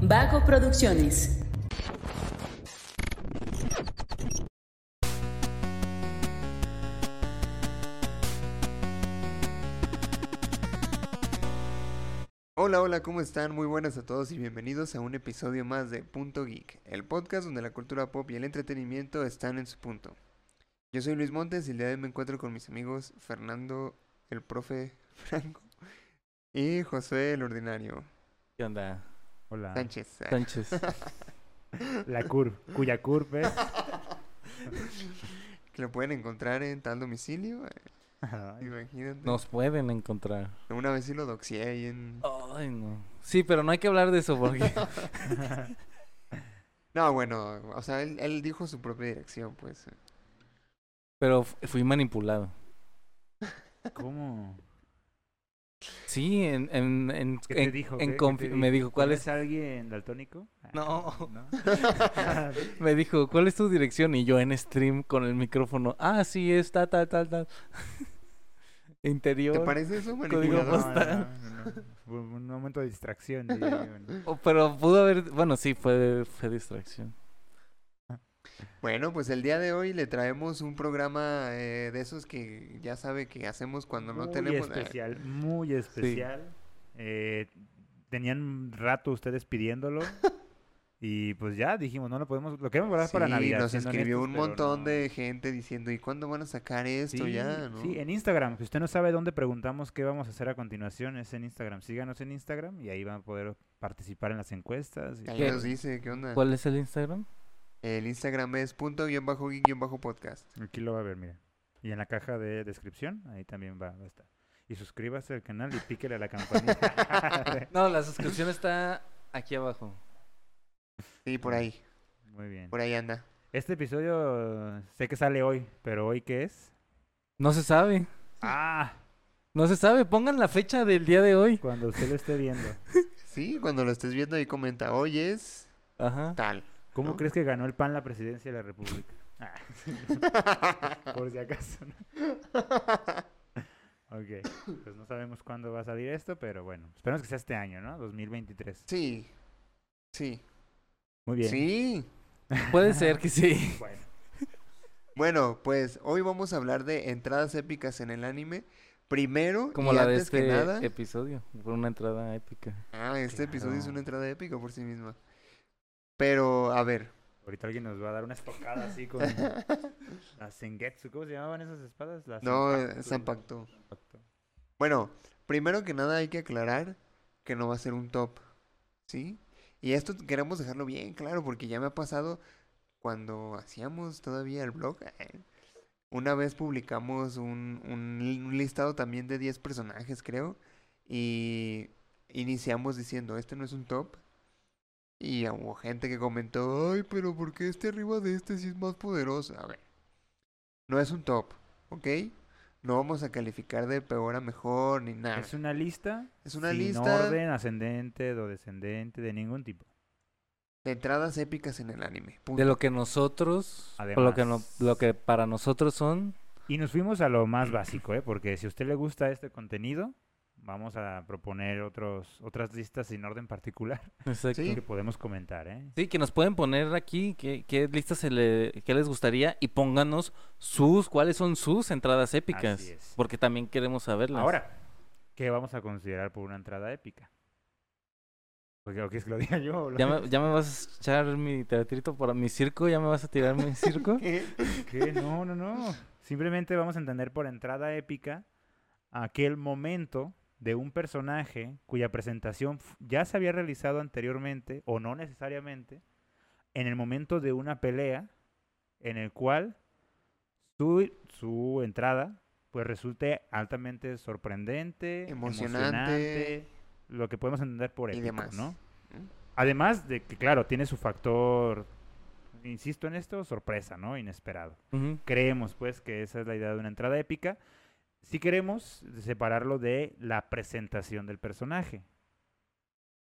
Vago Producciones. Hola, hola, ¿cómo están? Muy buenas a todos y bienvenidos a un episodio más de Punto Geek, el podcast donde la cultura pop y el entretenimiento están en su punto. Yo soy Luis Montes y el día de hoy me encuentro con mis amigos Fernando, el profe Franco, y José el Ordinario, ¿Qué onda? Hola. Sánchez. Ah, Sánchez. La curva, cuya curva es. Que lo pueden encontrar en tal domicilio, eh, Ajá. imagínate. Nos pueden encontrar. Una vez sí lo doxié ahí en... Ay, no. Sí, pero no hay que hablar de eso porque. No, bueno, o sea, él, él dijo su propia dirección, pues. eh. pero fu- fui manipulado. ¿Cómo? Sí, en. en, en, ¿Qué te en- dijo? en ¿Qué- confi- qué te Me dijo, ¿cuál es? ¿Conoces a alguien daltónico? Ah, No. ¿no? Me dijo, ¿cuál es tu dirección? Y yo en stream con el micrófono. Ah, sí, es tal, tal, tal, tal. ¿Te Interior. parece eso, código No, manipulador? postal. no, no, no. Fue un momento de distracción. diría yo, ¿no? Oh, pero pudo haber. Bueno, sí, fue, fue distracción. Bueno, pues el día de hoy le traemos un programa eh, de esos que ya sabe que hacemos cuando no muy tenemos... eh, especial, muy especial. Eh, tenían rato ustedes pidiéndolo. Y pues ya dijimos, no lo podemos. Lo queremos guardar para sí, Navidad. nos siendo escribió honestos, un pero montón no. de gente diciendo, ¿y cuándo van a sacar esto sí, ya? ¿no? Sí, en Instagram. Si usted no sabe dónde preguntamos qué vamos a hacer a continuación, es en Instagram. Síganos en Instagram y ahí van a poder participar en las encuestas. y- Ahí ¿Qué? nos dice, ¿qué Ah. onda? ¿Cuál es el Instagram? El Instagram es punto guión bajo geek guión bajo podcast. Aquí lo va a ver, mira. Y en la caja de descripción, ahí también va, va a estar. Y suscríbase al canal y píquele a la campanita. No, la suscripción está aquí abajo. Sí, por ahí, Muy bien. por ahí anda. Este episodio eh, sé que sale hoy, pero ¿hoy qué es? No se sabe. Ah, No se sabe. Pongan la fecha del día de hoy. cuando usted lo esté viendo. Sí, cuando lo estés viendo ahí comenta, hoy es Ajá. tal. ¿Cómo ¿No? crees que ganó el PAN la presidencia de la República? Ah, Por si acaso. ¿no? Ok, pues no sabemos cuándo va a salir esto, pero bueno, esperemos que sea este año, ¿no? 2023. sí, sí, Muy bien. sí. Puede ser que sí. Bueno, Bueno, pues hoy vamos a hablar de entradas épicas en el anime. Primero, Como y la de antes este que nada... episodio. Fue una entrada épica. Ah, este episodio es Claro. una entrada épica por sí misma. Pero, a ver, ahorita alguien nos va a dar una estocada así con las Sengetsu. ¿Cómo se llamaban esas espadas? Las no, Zanpakuto. eh, Zanpakuto. Zanpakuto. Bueno, primero que nada hay que aclarar que no va a ser un top, ¿sí? Y esto queremos dejarlo bien claro porque ya me ha pasado cuando hacíamos todavía el blog. eh, Una vez publicamos un, un li- un listado también de 10 personajes, creo, y iniciamos diciendo, este no es un top. Y hubo gente que comentó, ay, pero ¿por qué este arriba de este si es más poderoso? A ver, no es un top, ¿ok? No vamos a calificar de peor a mejor ni nada. Es una lista Es Ah. una sin lista orden ascendente o descendente de ningún tipo. de entradas épicas en el anime. punto. De lo que nosotros, o lo que, no- Además. lo que para nosotros son, Y nos fuimos a lo más básico, ¿eh? Porque si a usted le gusta este contenido, vamos a proponer otros, otras listas sin orden particular exacto. Sí. Sí. que podemos comentar, ¿eh? que nos pueden poner aquí qué, qué listas se le, qué les gustaría y pónganos sus, cuáles son sus entradas épicas. Así es. Porque también queremos saberlas. Ahora, ¿qué vamos a considerar por una entrada épica? Porque ¿o quieres que lo diga yo. o lo- ¿Ya me, ya me vas a echar mi teatrito para mi circo? ¿Ya me vas a tirar mi circo? ¿Qué? No, no, no. Simplemente vamos a entender por entrada épica aquel momento de un personaje cuya presentación f- ya se había realizado anteriormente o no necesariamente en el momento de una pelea en el cual su, su entrada pues resulte altamente sorprendente, Emocionante. emocionante, lo que podemos entender por Y épico, demás. ¿no? ¿Mm? Además de que, claro, tiene su factor, insisto en esto, sorpresa, ¿no? Inesperado Ujú. creemos pues que esa es la idea de una entrada épica. Si queremos separarlo de la presentación del personaje.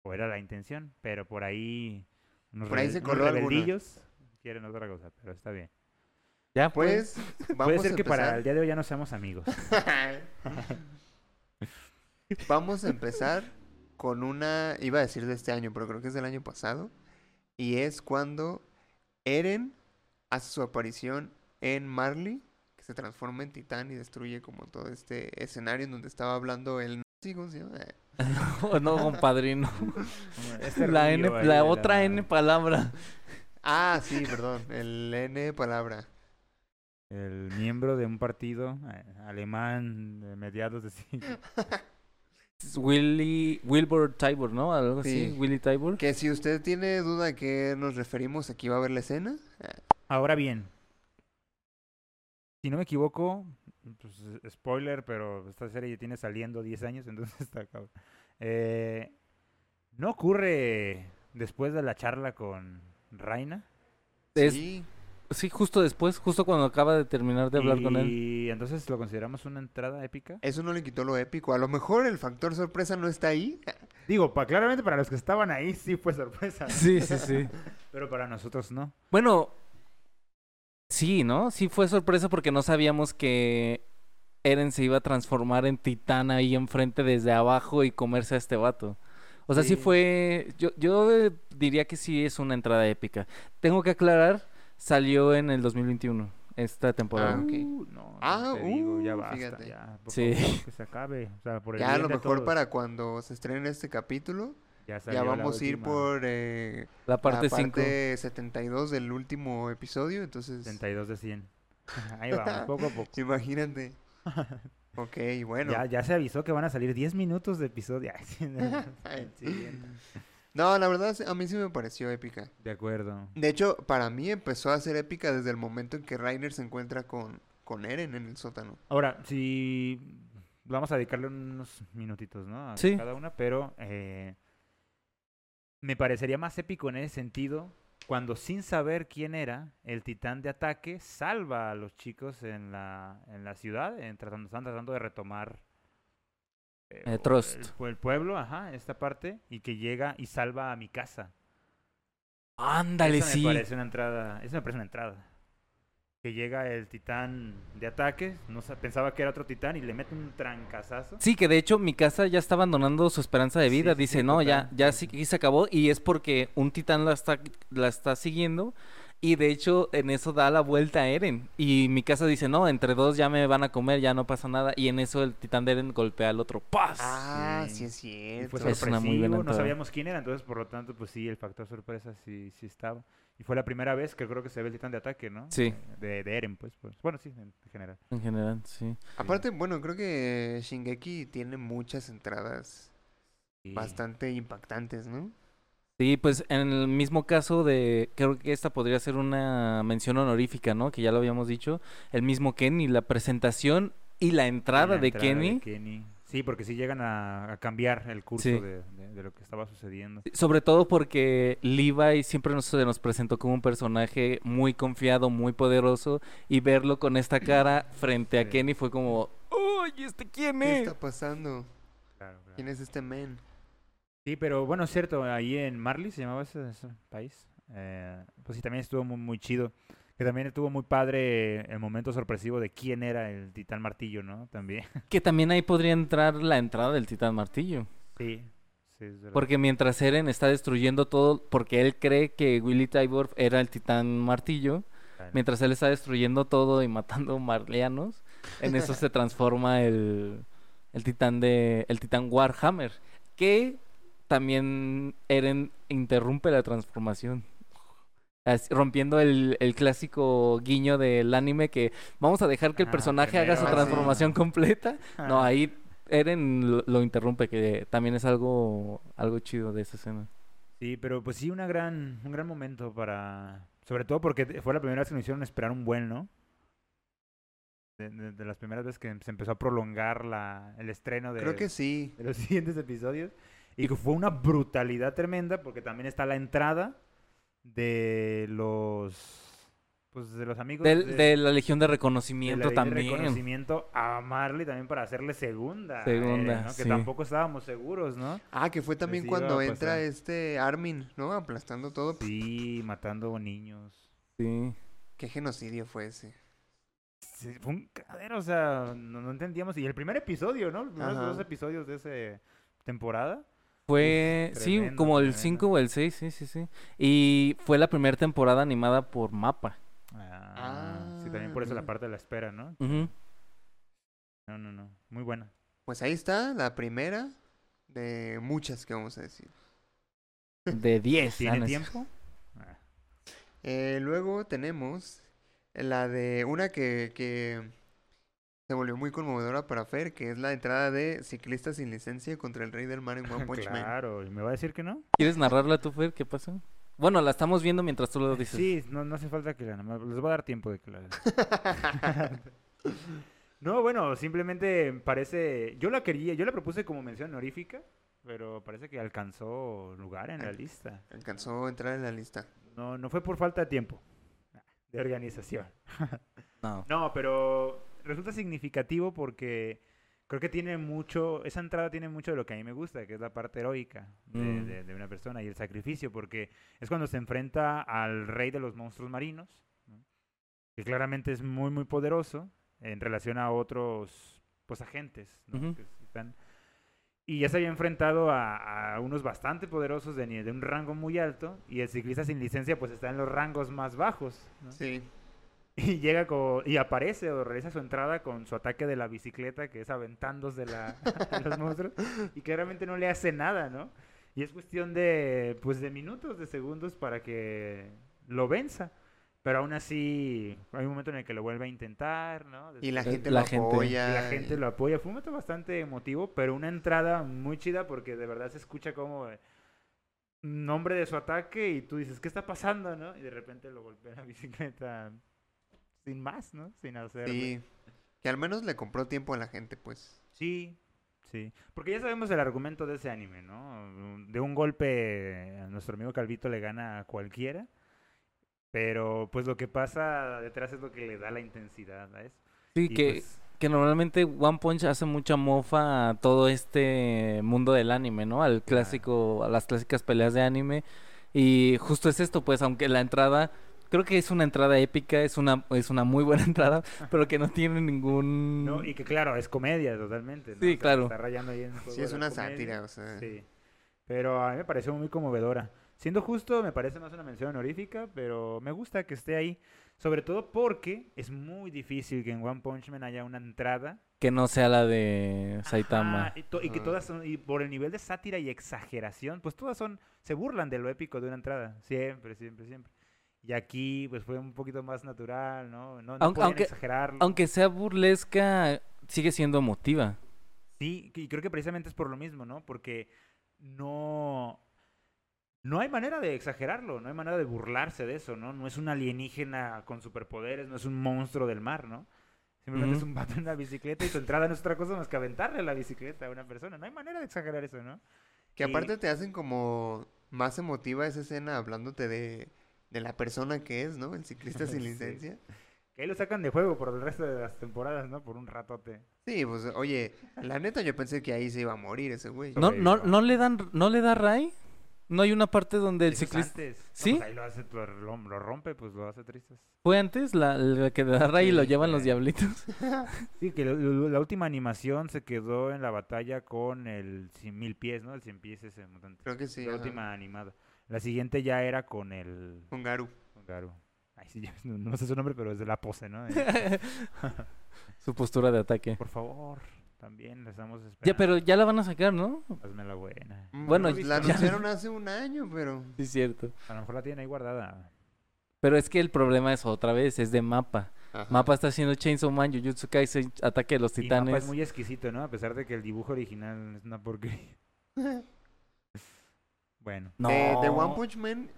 O era la intención, pero por ahí unos, Por ahí rebel- se unos coló alguna. rebeldillos quieren otra cosa, pero está bien. Ya, pues. Pues vamos Puede ser a que para el empezar. día de hoy ya no seamos amigos. vamos a empezar con una, iba a decir de este año, pero creo que es del año pasado, y es cuando Eren hace su aparición en Marley, que se transforma en titán y destruye como todo este escenario en donde estaba hablando el nazi, ¿cómo se llama? Eh, no, compadrino. Este la N, rubio ahí de la otra N la- palabra. Ah, sí, perdón, el N palabra. El miembro de un partido eh, alemán de mediados de siglo. Es Willy, Wilbur Tybor, ¿no? Algo así, Sí. Willy Tybor. Que si usted tiene duda a qué nos referimos, aquí va a ver la escena. Ahora bien, si no me equivoco, pues, spoiler, pero esta serie ya tiene saliendo 10 años, entonces está cabrón. Eh, ¿No ocurre después de la charla con Reina? Es- Sí, Sí, justo después, justo cuando acaba de terminar de hablar con él. Y entonces lo consideramos una entrada épica. eso no le quitó lo épico. A lo mejor el factor sorpresa no está ahí. Digo, pa- claramente para los que estaban ahí sí fue sorpresa, ¿no? Sí, sí, sí. pero para nosotros no. Bueno, sí, ¿no? Sí fue sorpresa porque no sabíamos que Eren se iba a transformar en titán ahí enfrente desde abajo y comerse a este vato. O sea, sí, Sí. fue... Yo, yo eh, diría que sí es una entrada épica. Tengo que aclarar, salió en el 2021, esta temporada. Ah, ok. Uh, no, Ah, te digo, ya uh, basta, fíjate. ya, por Sí. favor, que se acabe, o sea, por el Ya a bien lo de mejor todos. para cuando se estrene este capítulo, salió ya la vamos a ir última por eh, La parte la 5. parte 72 del último episodio. Entonces, 72 de 100. Ahí vamos, poco a poco. imagínate. Ok, bueno. Ya, ya se avisó que van a salir 10 minutos de episodio. Ay, sí, no, Ay. siguiente. No, la verdad a mí sí me pareció épica. de acuerdo. De hecho, para mí empezó a ser épica desde el momento en que Rainer se encuentra con, con Eren en el sótano. Ahora, si vamos a dedicarle unos minutitos, ¿no? A Sí. cada una, pero eh, me parecería más épico en ese sentido cuando sin saber quién era, el titán de ataque salva a los chicos en la, en la ciudad, en tratando, están tratando de retomar eh, Eh, o- Trost. El, pue- el pueblo, ajá, esta parte, y que llega y salva a mi casa. Ándale, Esa me sí. parece una entrada. Esa me parece una entrada. Que llega el titán de ataque. No sa- pensaba que era otro titán y le mete un trancazazo. Sí, que de hecho mi casa ya está abandonando su esperanza de Sí, vida. sí, Dice, sí, no, ya, total, ya sí, sí que se acabó. Y es porque un titán la está, la está siguiendo. Y de hecho, en eso da la vuelta a Eren. Y mi casa dice, no, entre dos ya me van a comer, ya no pasa nada. Y en eso el titán de Eren golpea al otro. ¡Paz! Ah, Sí. sí es Y cierto. fue Es una muy buena sorpresivo, no entrada. sabíamos quién era, entonces por lo tanto, pues sí, el factor sorpresa sí, sí estaba. Y fue la primera vez que creo que se ve el titán de ataque, ¿no? Sí. Eh, De, de Eren, pues, pues. Bueno, sí, en general. En general, sí. Aparte, bueno, creo que Shingeki tiene muchas entradas bastante impactantes, ¿no? Sí, pues en el mismo caso de, creo que esta podría ser una mención honorífica, ¿no? Que ya lo habíamos dicho. El mismo Kenny, la presentación y la Y la entrada, de, entrada Kenny, Sí, porque sí llegan a, a cambiar el curso Sí. de- de- de lo que estaba sucediendo. Sobre todo porque Levi siempre nos, se nos presentó como un personaje muy confiado, muy poderoso, y verlo con esta cara frente a Sí. Kenny fue como, ¡Uy, este quién ¿Qué es! está pasando? Claro, claro. ¿Quién es este men? Sí, pero bueno, es cierto, ahí en Marley se llamaba ese, ese país. eh, pues sí, también estuvo muy, muy chido. Que también estuvo muy padre el momento sorpresivo de quién era el titán martillo, ¿no? También. Que también ahí podría entrar la entrada del Titán Martillo. Sí. sí es verdad. Porque mientras Eren está destruyendo todo, porque él cree que Willy Tybor era el Titán Martillo, Claro. mientras él está destruyendo todo y matando marleanos, en eso se transforma el, el titán de el titán Warhammer, que también Eren interrumpe la transformación. Así, rompiendo el, el clásico guiño del anime que vamos a dejar que el Ah, personaje haga su primero, transformación sí. completa. No, Ah, ahí Eren lo, lo interrumpe, que también es algo, algo chido de esa escena. Sí, pero pues sí, una gran, un gran momento para. Sobre todo porque te- fue la primera vez que nos hicieron esperar un buen, ¿no? De, de- de las primeras veces que se empezó a prolongar la, el estreno de, Creo que sí. de los siguientes episodios. Y que fue una brutalidad tremenda porque también está la entrada de los pues de los amigos Del- de la Legión de de Reconocimiento la ley de también. reconocimiento a Marley también para hacerle segunda. a Segunda, ¿no? Que sí. tampoco estábamos seguros, ¿no? Ah, que fue también iba pues a cuando entra pasar. este Armin, ¿no? Aplastando todo. Pff, Sí, matando niños. Sí. ¿Qué genocidio fue ese? Sí, fue un cadero, o sea, no, no entendíamos. Y el primer episodio, ¿no? Los primeros Ajá. dos episodios de esa temporada Fue, sí, tremendo, como el tremendo. 5 o el 6, sí, sí, sí. Y fue la primera temporada animada por Mapa. Ah, sí, Ah, también por eso la mira. parte de la espera, ¿no? Ujú. No, no, no. Muy buena. Pues ahí está la primera de muchas que vamos a decir. De 10. ah, ¿Tiene no es- tiempo? Ah, Eh, luego tenemos la de una que, que se volvió muy conmovedora para Fer, que es la entrada de ciclista sin licencia contra el rey del mar en One Punch Man. claro, ¿y me va a decir que no? ¿Quieres narrarla tú, Fer? ¿Qué pasa? Bueno, la estamos viendo mientras tú lo dices. Sí, no, no hace falta que la nomás- Les voy a dar tiempo de que la No, bueno, simplemente parece. Yo la quería, yo la propuse como mención honorífica, pero parece que alcanzó lugar en la Al- lista. Alcanzó a entrar en la lista. No, no fue por falta de tiempo, de organización. No. No, pero resulta significativo porque creo que tiene mucho, esa entrada tiene mucho de lo que a mí me gusta, que es la parte heroica de, Mm. de- de una persona y el sacrificio, porque es cuando se enfrenta al rey de los monstruos marinos, ¿no? que claramente es muy, muy poderoso en relación a otros pues, agentes ¿no? Ujú. que s- están... Y ya se había enfrentado a, a unos bastante poderosos de, ni- de un rango muy alto y el ciclista sin licencia pues está en los rangos más bajos. ¿no? Sí. Y llega con, y aparece o realiza su entrada con su ataque de la bicicleta, que es aventándose de, la, de los monstruos. Y claramente no le hace nada, ¿no? Y es cuestión de, pues, de minutos, de segundos para que lo venza. Pero aún así, hay un momento en el que lo vuelve a intentar, ¿no? Y la Después- gente Eh, La lo gente- apoya. y la y- gente lo apoya. Fue un momento bastante emotivo, pero una entrada muy chida porque de verdad se escucha como eh, nombre de su ataque y tú dices, ¿qué está pasando? ¿no? Y de repente lo golpea la bicicleta sin más, ¿no? Sin hacer. Sí. Que al menos le compró tiempo a la gente, pues. sí. Sí. Porque ya sabemos el argumento de ese anime, ¿no? De un golpe a nuestro amigo Calvito le gana a cualquiera. Pero pues lo que pasa detrás es lo que le da la intensidad a eso. Sí, Y, que, pues, que normalmente One Punch hace mucha mofa a todo este mundo del anime, ¿no? Al clásico, a las clásicas peleas de anime. Y justo es esto, pues, aunque la entrada, creo que es una entrada épica, es una, es una muy buena entrada, pero que no tiene ningún... No, y que claro, es comedia totalmente. ¿no? Mm. Sí, claro. Está rayando ahí en el juego Sí, es de la una comedia. sátira, o sea. Pues Sí. Pero a mí me pareció muy conmovedora. Siendo justo, me parece más una mención honorífica, pero me gusta que esté ahí. Sobre todo porque es muy difícil que en One Punch Man haya una entrada. Que no sea la de Saitama. Ajá, y, to- y que Ajá. todas son, y por el nivel de sátira y exageración, pues todas son, se burlan de lo épico de una entrada. Siempre, siempre, siempre. Y aquí, pues fue un poquito más natural, ¿no? No, no Aunque- podían aunque- exagerarlo. Aunque sea burlesca, sigue siendo emotiva. Sí, y creo que precisamente es por lo mismo, ¿no? Porque no. No hay manera de exagerarlo, no hay manera de burlarse de eso, ¿no? No es un alienígena con superpoderes, no es un monstruo del mar, ¿no? Simplemente es Ujú. un vato en una bicicleta y su entrada no es otra cosa más que aventarle la bicicleta a una persona. No hay manera de exagerar eso, ¿no? Que Y- aparte te hacen como más emotiva esa escena hablándote de, de la persona que es, ¿no? El ciclista sin Sí. licencia. Que ahí lo sacan de juego por el resto de las temporadas, ¿no? Por un ratote. Sí, pues oye, la neta yo pensé que ahí se iba a morir ese güey. ¿No, no, Sobrevivió. ¿No le dan, no le da Ray? ¿No hay una parte donde el Eso es ciclista... antes. No, pues ¿Sí? ahí lo, hace, lo, lo rompe, pues lo hace tristes. ¿Fue antes la, la que le da Ray y lo Sí, llevan los fue. diablitos? Sí, que lo- lo- la última animación se quedó en la batalla con el cien mil pies, ¿no? El cien pies ese mutante. Creo que sí. la ajá. última animada. La siguiente ya era con el Con Garu. con Garu. Ay, sí, ya- no, no sé su nombre, pero es de la pose, ¿no? Eh, Su postura de ataque. por favor, también la estamos esperando. Ya, pero ya la van a sacar, ¿no? Hazme la buena. Mm, Bueno, pues, la ya- anunciaron hace un año, pero... Sí, cierto. A lo mejor la tienen ahí guardada. Pero es que el problema es otra vez, es de mapa. Ajá. Mapa está haciendo Chainsaw Man, Jujutsu Kaisen, Ataque de los Y Mappa Titanes. es muy exquisito, ¿no? A pesar de que el dibujo original es una porquería. bueno. No, Eh, De, de One Punch Man,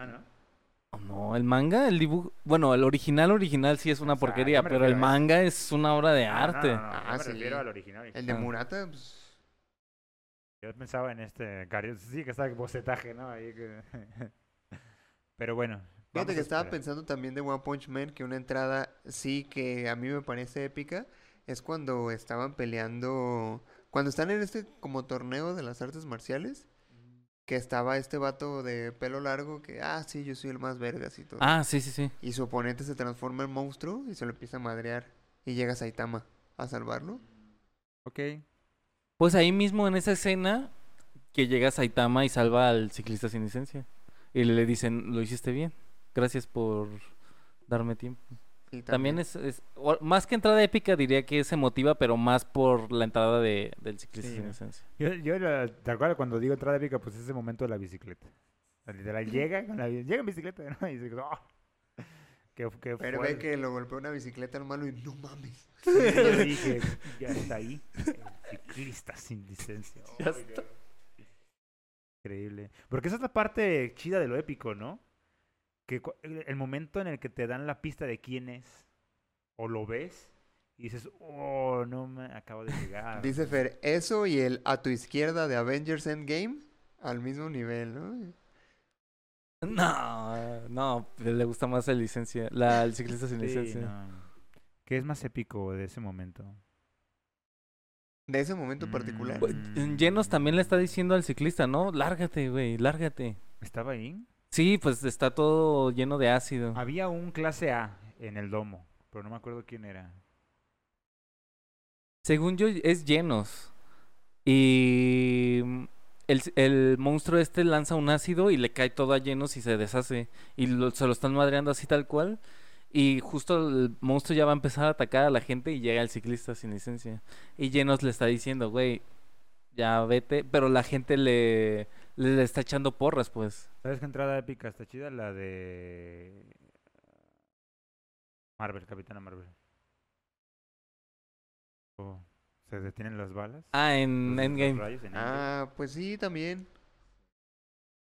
Ah, ¿no? no, el manga, el dibujo... Bueno, el original original sí es una O sea, porquería, yo me pero refiero el a eso. manga es una obra de Ah, no, arte. no, no, yo Ah, me sí. refiero al original. el de Ah. Murata, pues... Yo pensaba en este Cario. Sí, que está bocetaje, ¿no? Ahí que- Pero bueno. Fíjate vamos que a estaba esperar. pensando también de One Punch Man que una entrada sí que a mí me parece épica es cuando estaban peleando, cuando están en este como torneo de las artes marciales, que estaba este vato de pelo largo que, ah, sí, yo soy el más vergas y todo. Ah, sí, sí, sí. Y su oponente se transforma en monstruo y se lo empieza a madrear y llega Saitama a salvarlo. Ok. Pues ahí mismo en esa escena que llega a Saitama y salva al ciclista sin licencia. Y le dicen, lo hiciste bien. Gracias por darme tiempo. Y También es, es- o- más que entrada épica diría que se motiva, pero más por la entrada de, del ciclista Sí, sin ¿no? licencia. Yo, yo la- tal cual, cuando digo entrada épica, pues es ese momento de la bicicleta. O sea, Literal, llega, con la, bi- llega en bicicleta, ¿no? Y dices, ¡oh! Qué, qué Pero ve fuerte". que lo golpeó una bicicleta al malo y no mames. Sí, yo dije, ya está ahí. el ciclista sin licencia. Oh, Ya my God. Increíble. Porque esa es la parte chida de lo épico, ¿no? Que cu- el el momento en el que te dan la pista de quién es, o lo ves, y dices, oh, no me acabo de llegar. Dice Fer, eso y el a tu izquierda de Avengers Endgame al mismo nivel, ¿no? No, no, le gusta más el licencia, la, el ciclista sin Sí, licencia. no. ¿Qué es más épico de ese momento? De ese momento particular. Mm, Pues, en Llenos también le está diciendo al ciclista, ¿no? Lárgate, güey, lárgate. ¿Estaba ahí? Sí, pues está todo lleno de ácido. Había un clase A en el domo, pero no me acuerdo quién era. Según yo, es llenos. Y mm, el, el monstruo este lanza un ácido y le cae todo a llenos y se deshace. Y lo- se lo están madreando así tal cual. Y justo el monstruo ya va a empezar a atacar a la gente y llega el ciclista sin licencia. Y llenos le está diciendo, güey, ya vete. Pero la gente le, le, le está echando porras, pues. ¿Sabes qué entrada épica está chida? La de Marvel, Capitana Marvel. Oh, se detienen las balas. Ah, los- en los Endgame. rayos en Endgame. Ah, pues sí, también.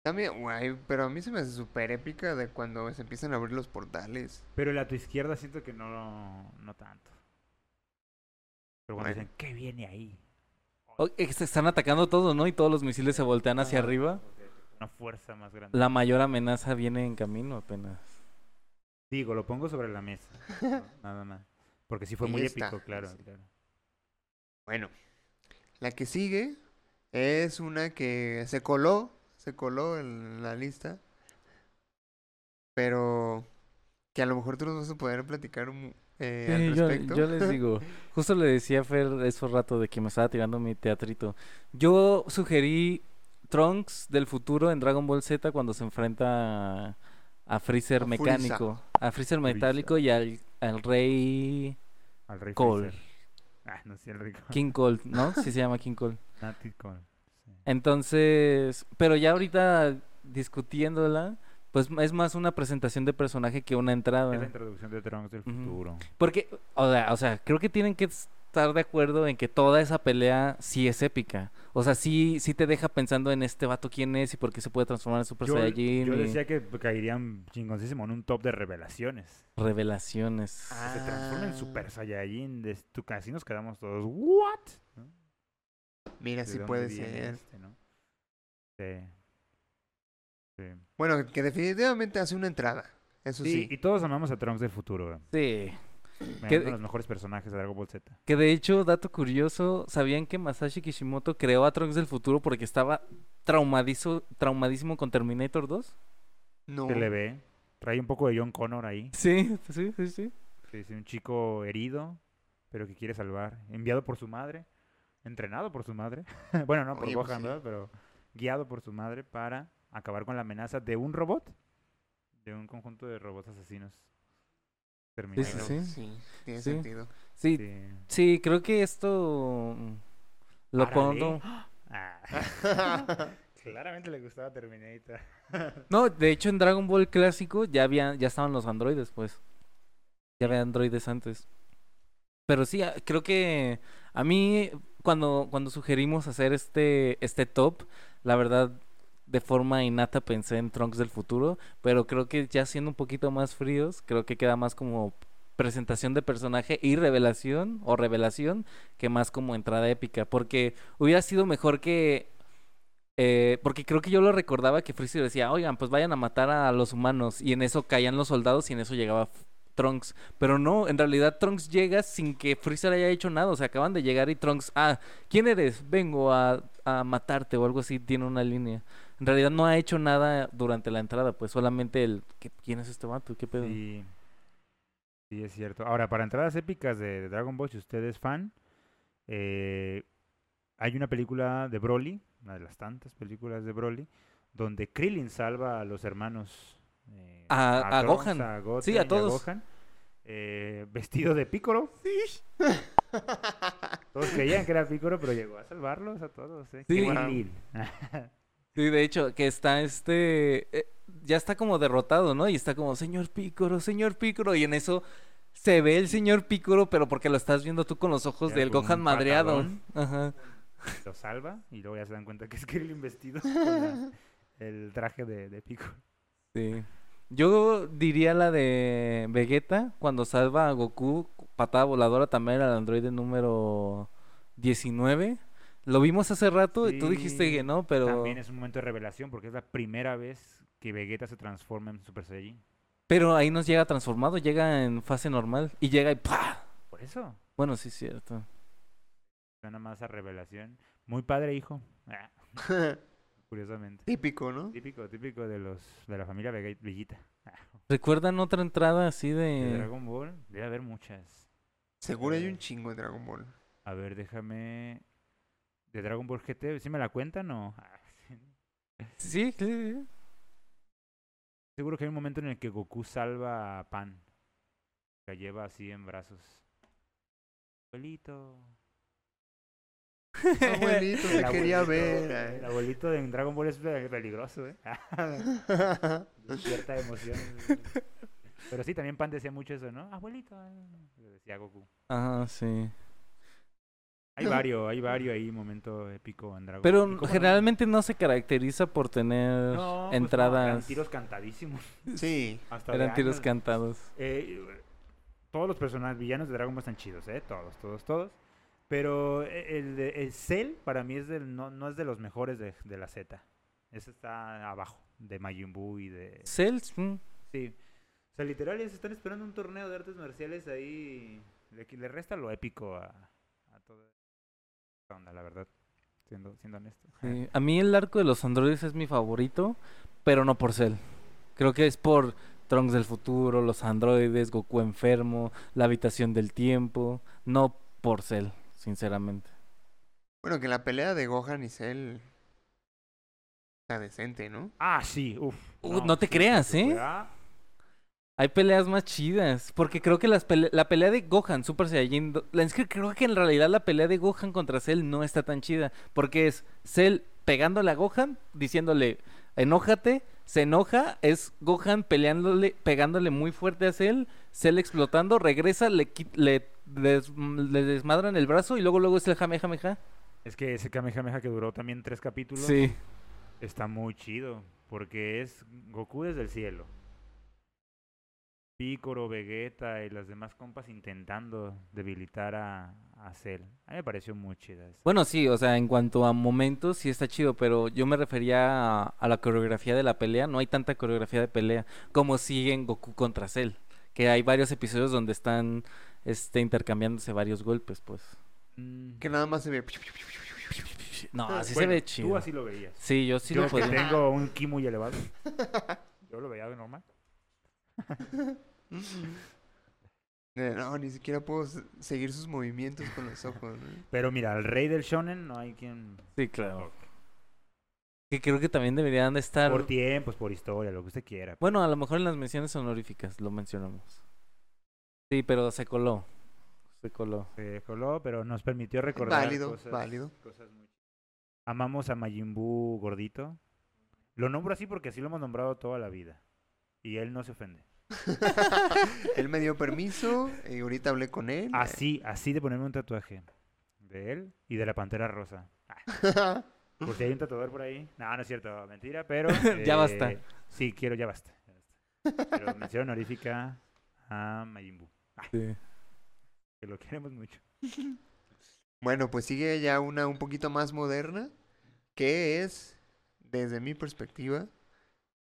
También, guay, pero a mí se me hace súper épica de cuando se empiezan a abrir los portales. Pero la a tu izquierda siento que no, no tanto. Pero cuando Bueno. dicen, ¿qué viene ahí? Oh, eh, se están atacando todos, ¿no? Y todos los misiles se voltean hacia Ah, arriba. Una fuerza más grande. La mayor amenaza viene en camino apenas. Digo, lo pongo sobre la mesa. ¿no? Nada más. Porque sí fue Ahí muy está, épico, claro. sí. claro. Bueno, la que sigue es una que se coló, se coló en la lista, pero que a lo mejor tú nos vas a poder platicar mu- eh, al Sí, yo, respecto. yo les digo, justo le decía a Fer eso rato de que me estaba tirando mi teatrito. Yo sugerí Trunks del futuro en Dragon Ball Z cuando se enfrenta a, a Freezer A Frieza. mecánico, a Freezer Frieza. metálico y al, al rey Al rey Cole. Freezer. Ah, no sé, el rico. King Cold, ¿no? Sí se llama King Cold. Nati Cole. sí. Entonces, pero ya ahorita discutiéndola, pues es más una presentación de personaje que una entrada. Es la introducción de Trunks del Ah. Ujú. futuro. Porque, o sea, o sea, creo que tienen que estar de acuerdo en que toda esa pelea sí es épica. O sea, sí, sí te deja pensando en este vato quién es y por qué se puede transformar en Super Yo, Saiyajin. yo y decía que caerían chingoncísimo en un top de revelaciones. Revelaciones. Que Se transforma en Ah. Super Saiyajin. De tu casi nos quedamos todos. ¿What? ¿No? Mira, ¿De sí dónde puede viene ser. este, no? Sí. Sí. Bueno, que definitivamente hace una entrada, eso Sí, sí. y todos amamos a Trunks del futuro. Sí. Me ¿Qué- uno de los mejores personajes de Dragon Ball Z. Que de hecho, dato curioso, ¿sabían que Masashi Kishimoto creó a Trunks del futuro porque estaba traumadizo, traumadísimo con Terminator 2? No, Se le ve. Trae un poco de John Connor ahí. Sí, sí, sí, sí. que Es un chico herido, pero que quiere salvar. Enviado por su madre. Entrenado por su madre. bueno, no por Oye, pues Gohan, sí. ¿verdad? Pero guiado por su madre para acabar con la amenaza de un robot. De un conjunto de robots asesinos. sí, Terminado. bueno, sí. tiene Sí. sentido. Sí, sí, Sí. creo que esto mm, lo Árale. pongo... Ah, claramente le gustaba Terminator. No, de hecho en Dragon Ball clásico ya había, ya estaban los androides, pues. Ya había androides antes. Pero sí, a- creo que a mí cuando, cuando sugerimos hacer este, este top, la verdad de forma innata pensé en Trunks del futuro, pero creo que ya siendo un poquito más fríos, creo que queda más como presentación de personaje y revelación o revelación que más como entrada épica, porque hubiera sido mejor que eh, porque creo que yo lo recordaba que Freezer decía, oigan, pues vayan a matar a los humanos. Y en eso caían los soldados y en eso llegaba F- Trunks. Pero no, en realidad Trunks llega sin que Freezer haya hecho nada. O sea, acaban de llegar y Trunks, ah, ¿quién eres? Vengo a, a matarte o algo así, tiene una línea. En realidad no ha hecho nada durante la entrada, pues solamente el, "¿Qué- ¿quién es este vato? ¿Qué pedo? Sí. Sí, es cierto. Ahora, para entradas épicas de Dragon Ball, si usted es fan, eh, hay una película de Broly, una de las tantas películas de Broly, donde Krillin salva a los hermanos. eh, A- a Trunks, Gohan. a Goten Sí, a y todos. Gohan, eh, vestido de Piccolo. Todos creían que era Piccolo, pero llegó a salvarlos a todos. ¿eh? Sí. Krillin. Sí, de hecho, que está este. eh, ya está como derrotado, ¿no? Y está como, señor Pícoro, señor Pícoro. Y en eso se ve el señor Pícoro, pero porque lo estás viendo tú con los ojos Ya, del con un Gohan madreado. patadón. Ajá. Lo salva y luego ya se dan cuenta que es Krillin vestido con la- el traje de, de Piccolo. Sí. Yo diría la de Vegeta cuando salva a Goku, patada voladora también al androide número 19. Lo vimos hace rato y tú dijiste Sí, que no, pero. También es un momento de revelación porque es la primera vez que Vegeta se transforma en Super Saiyajin. Pero ahí nos llega transformado, llega en fase normal y llega y ¡pa! Por eso Bueno, sí, es cierto. suena más a revelación. Muy padre, hijo. Ah, curiosamente. Típico, ¿no? Típico, típico de los de la familia Vege- Vegeta. ¿Recuerdan otra entrada así De de.? Dragon Ball debe haber muchas. Seguro hay un chingo en Dragon Ball. A ver, déjame. De Dragon Ball GT, ¿sí me la cuentan o? Ah, Sí, sí, sí. Seguro que hay un momento en el que Goku salva a Pan. La lleva así en brazos. Abuelito. Abuelito, te El quería abuelito- ver. El eh. abuelito de Dragon Ball es pe- peligroso, ¿eh? Cierta emoción. Pero sí, también Pan decía mucho eso, ¿no? Abuelito. eh", Le decía a Goku. Ah, sí. Hay varios, hay varios ahí, momento épico en Dragon Pero Ball. ¿Y cómo no? generalmente no se caracteriza por tener No, pues no, eran entradas. tiros cantadísimos. Sí, Hasta de Eran tiros años. cantados. Eh, todos los personajes villanos de Dragon Ball están chidos, ¿eh? Todos, todos, todos. Pero e- el, de- el Cell para mí es del, no, no es de los mejores de, de la Z. Ese está abajo, de Majin Buu y de... Cells, mm. Sí. O sea, literal, ellos están esperando un torneo de artes marciales ahí. Le, qui- le resta lo épico a, a toda esta onda, la verdad. Siendo, siendo honesto. Sí, A mí el arco de los androides es mi favorito, pero no por Cell. Creo que es por Trunks del futuro, los androides, Goku enfermo, la habitación del tiempo, no por Cell, sinceramente. bueno, que la pelea de Gohan y Cell está decente, ¿no? Ah, sí, ah, uff. Uh, no te creas, ¿eh? Hay peleas más chidas, porque creo que las pele- la pelea de Gohan Super Saiyajin, do- la- es que creo que en realidad la pelea de Gohan contra Cell no está tan chida, porque es Cell pegándole a Gohan, diciéndole, enójate, se enoja, es Gohan peleándole, pegándole muy fuerte a Cell, Cell explotando, regresa, le, qui- le, des- le desmadran el brazo y luego luego es el jamejameja. Es que ese Kamehameha que duró también tres capítulos. Sí, Está muy chido, porque es Goku desde el cielo. Piccolo, Vegeta y las demás compas intentando debilitar a, a Cell. A mí me pareció muy chida esa. bueno sí, o sea, en cuanto a momentos sí está chido, pero yo me refería a, a la coreografía de la pelea, no hay tanta coreografía de pelea. como siguen Goku contra Cell. Que hay varios episodios donde están este, intercambiándose varios golpes, pues. Mm. Que nada más se ve. No, así Ah, Bueno, se ve Tú chido. así lo veías. Sí, yo sí yo lo que podía. tengo un ki muy elevado. Yo lo veía de normal. Eh, No, ni siquiera puedo s- seguir sus movimientos con los ojos, ¿no? Pero mira, al rey del shonen no hay quien... Sí, claro. Que creo que también deberían de estar. Por tiempos, por historia, lo que usted quiera. Bueno, a lo mejor en las menciones honoríficas lo mencionamos. Sí, pero se coló. Se coló. Se Eh, coló, pero nos permitió recordar válido, cosas- válido. cosas muy chidas. Amamos a Majin Buu gordito. Lo nombro así porque así lo hemos nombrado toda la vida. Y él no se ofende. Él me dio permiso y ahorita hablé con él. Así, así de ponerme un tatuaje. De él y de la pantera rosa. Ah, por si hay un tatuador por ahí. No, no es cierto, mentira, pero. eh, Ya basta. Sí, quiero, ya basta. ya basta. Pero mención honorífica a Majin Buu, Sí. que lo queremos mucho. Bueno, pues sigue ya una un poquito más moderna, que es, desde mi perspectiva,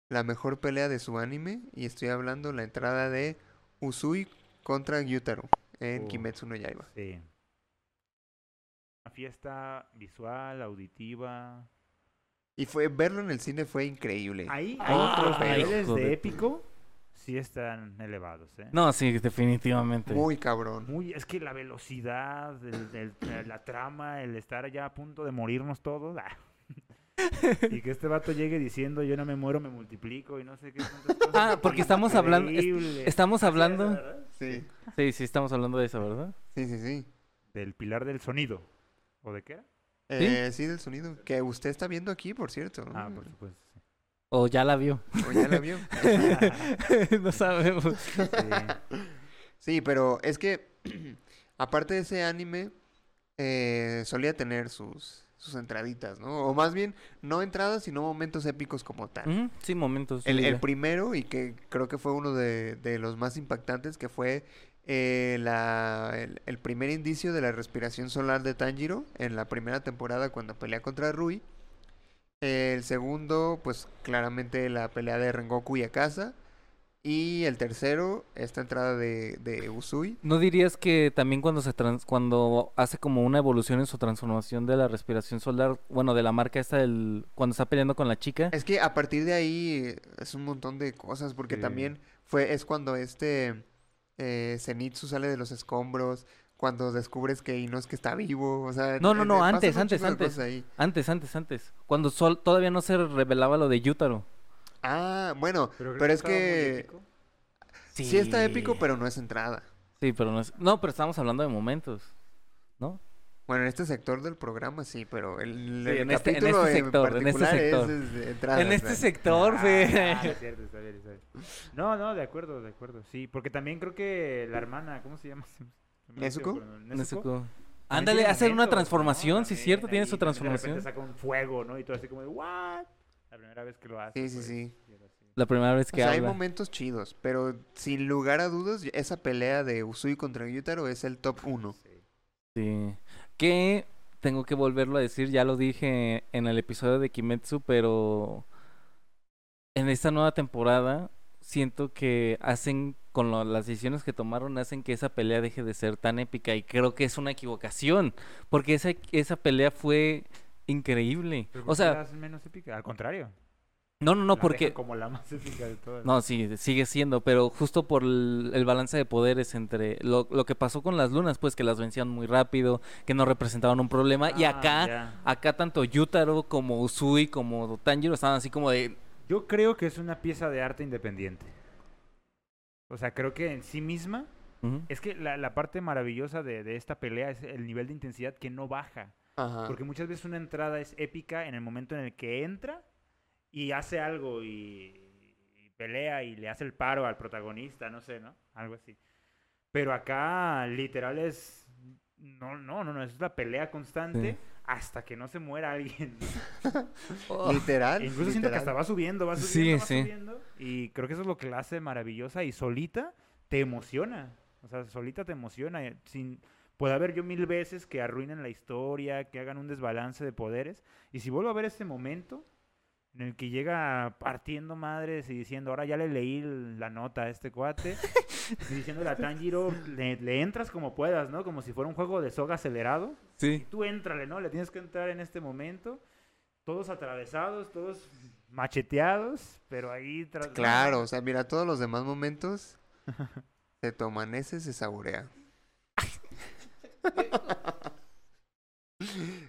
la mejor pelea de su anime, y estoy hablando la entrada de Usui contra Gyutaro en Oh. Kimetsu no Yaiba. Sí. Una fiesta visual, auditiva, Y fue verlo en el cine fue increíble. Ahí, Otro ahí los pedo. niveles Hijo de de épico sí están elevados, ¿eh? No, sí, definitivamente. Muy cabrón. Muy, es que la velocidad, el- el- eh, la trama, el estar ya a punto de morirnos todos. ah. Y que este vato llegue diciendo yo no me muero, me multiplico y no sé qué. tantas cosas. Ah, porque estamos hablando- est- Increíble. Estamos hablando. Sí. Sí, sí, estamos hablando de eso, ¿verdad? Sí, sí, sí. Del pilar del sonido. ¿O de qué era? Eh, sí, del sonido. Que usted está viendo aquí, por cierto. ¿no? Mm. Ah, por supuesto. sí. O ya la vio. O ya la vio. no sabemos. Este, Sí. Sí, pero es que aparte de ese anime, eh, solía tener sus, sus entraditas, ¿no? O más bien, no entradas, sino momentos épicos como tal. Ujú, Mm, Sí, momentos. El, el mira. primero, y que creo que fue uno de, de los más impactantes, que fue eh, la- el, el primer indicio de la respiración solar de Tanjiro en la primera temporada cuando pelea contra Rui. El segundo, pues claramente la pelea de Rengoku y Akasa. Y el tercero, esta entrada de, de Usui. ¿No dirías que también cuando se trans- cuando hace como una evolución en su transformación de la respiración solar, bueno, de la marca esta del cuando está peleando con la chica? Es que a partir de ahí eh, es un montón de cosas, porque Sí. también fue, es cuando este eh, Zenitsu sale de los escombros, cuando descubres que Inosuke está vivo, o sea... No, no, eh, no, eh, pasan antes, un antes, chingo de antes. cosas ahí. Antes, antes, antes, cuando sol todavía no se revelaba lo de Yutaro. Ah, bueno, pero, creo es estaba muy que épico. sí. está épico, pero no es entrada. Sí, pero no es No, pero estamos hablando de momentos. ¿No? Bueno, en este sector del programa sí, pero el, Sí, el en este- en capítulo este sector, en este particular es, sector. es de entrada. en o este sea. sector, fe. Ah, es cierto, está bien, está bien. No, no, de acuerdo, de acuerdo. Sí, porque también creo que la hermana, ¿cómo se llama? Se me- se me olvidó, ¿Nezuko? pero- Nezuko. ¿Nezuko? También Ándale, tiene hacer una momentos, transformación, ¿no? sí es También cierto, tiene ahí su también transformación. De repente saca un fuego, ¿no? Y todo así como de, ¿what? La primera vez que lo hace. Sí, sí, pues, sí. y era así. La primera vez O que sea, hay habla. momentos chidos, pero sin lugar a dudas, esa pelea de Usui contra Yutaro es el top 1. Sí. Sí. Que tengo que volverlo a decir, ya lo dije en el episodio de Kimetsu, pero en esta nueva temporada siento que hacen con lo- las decisiones que tomaron hacen que esa pelea deje de ser tan épica y creo que es una equivocación, porque esa esa pelea fue increíble. Pero ¿por O qué la sea, hacen menos épica? Al contrario. no, no, no, la porque dejan como la más épica de todas. No, sí, sigue siendo, pero justo por el, el balance de poderes entre lo, lo que pasó con las lunas, pues que las vencían muy rápido, que no representaban un problema, y Ah, acá, ya. acá tanto Yutaro como Usui como Tanjiro estaban así como de... Yo creo que es una pieza de arte independiente. O sea, creo que en sí misma "Ujú". Es que la, la parte maravillosa de, de esta pelea es el nivel de intensidad que no baja. Ajá. Porque muchas veces una entrada es épica en el momento en el que entra y hace algo y, y pelea y le hace el paro al protagonista, no sé, ¿no? Algo así. Pero acá literal es... No, no, no, no, es la pelea constante Sí. hasta que no se muera alguien. Oh, Literal. E Incluso siento que literal. hasta va subiendo, va Sí, subiendo, va sí. subiendo. Y creo que eso es lo que la hace maravillosa y solita te emociona. O sea, solita te emociona. eh, Sin... Puede haber yo mil veces que arruinen la historia, que hagan un desbalance de poderes. Y si vuelvo a ver este momento en el que llega partiendo madres y diciendo, ahora ya le leí el- la nota a este cuate, y diciéndole a Tanjiro, le, le entras como puedas, ¿no? Como si fuera un juego de soga acelerado sí. tú éntrale, ¿no? Le tienes que entrar en este momento. Todos atravesados, todos macheteados, pero ahí... tras- Claro, o sea, mira, todos los demás momentos se toman ese, se saborea.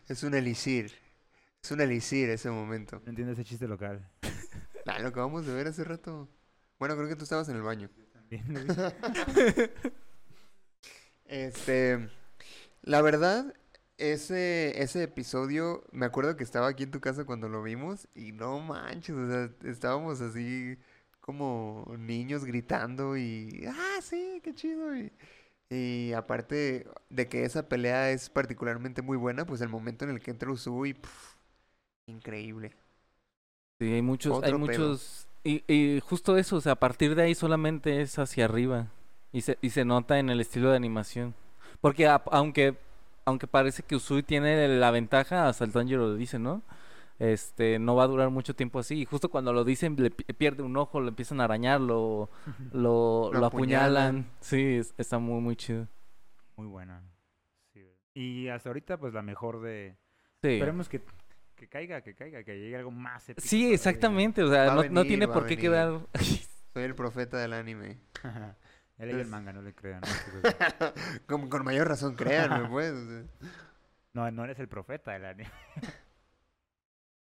es un elixir. Es un elixir ese momento. No entiendo ese chiste local. Ah, lo que vamos de ver hace rato. Bueno, creo que tú estabas en el baño. Este, la verdad, ese, ese episodio, me acuerdo que estaba aquí en tu casa cuando lo vimos y no manches, o sea, estábamos así como niños gritando y, ah, sí, qué chido. Y, y aparte de que esa pelea es particularmente muy buena, pues el momento en el que entra Usui, pf, increíble. Sí, hay muchos, hay Otro pedo. muchos... Y, y justo eso, o sea, a partir de ahí solamente es hacia arriba. Y se, y se nota en el estilo de animación. Porque a- aunque, aunque parece que Usui tiene la ventaja, hasta el Tanjiro lo dice, ¿no? Este, no va a durar mucho tiempo así. Y justo cuando lo dicen, le pi- pierde un ojo, lo empiezan a arañar, lo, lo, Lo lo apuñalan. apuñalan. Sí, es- está muy, muy chido. Muy buena. Sí, ¿verdad? y hasta ahorita, pues la mejor de... Sí. Esperemos que, que caiga, que caiga, que llegue algo más épico Sí, todavía. exactamente. O Va sea, a no, no venir, tiene va a por qué venir. quedar. Soy el profeta del anime. Ya leí el Es- manga, no le crean. no se preocupen. Con, con mayor razón, créanme, pues. o sea. No, no eres el profeta del anime.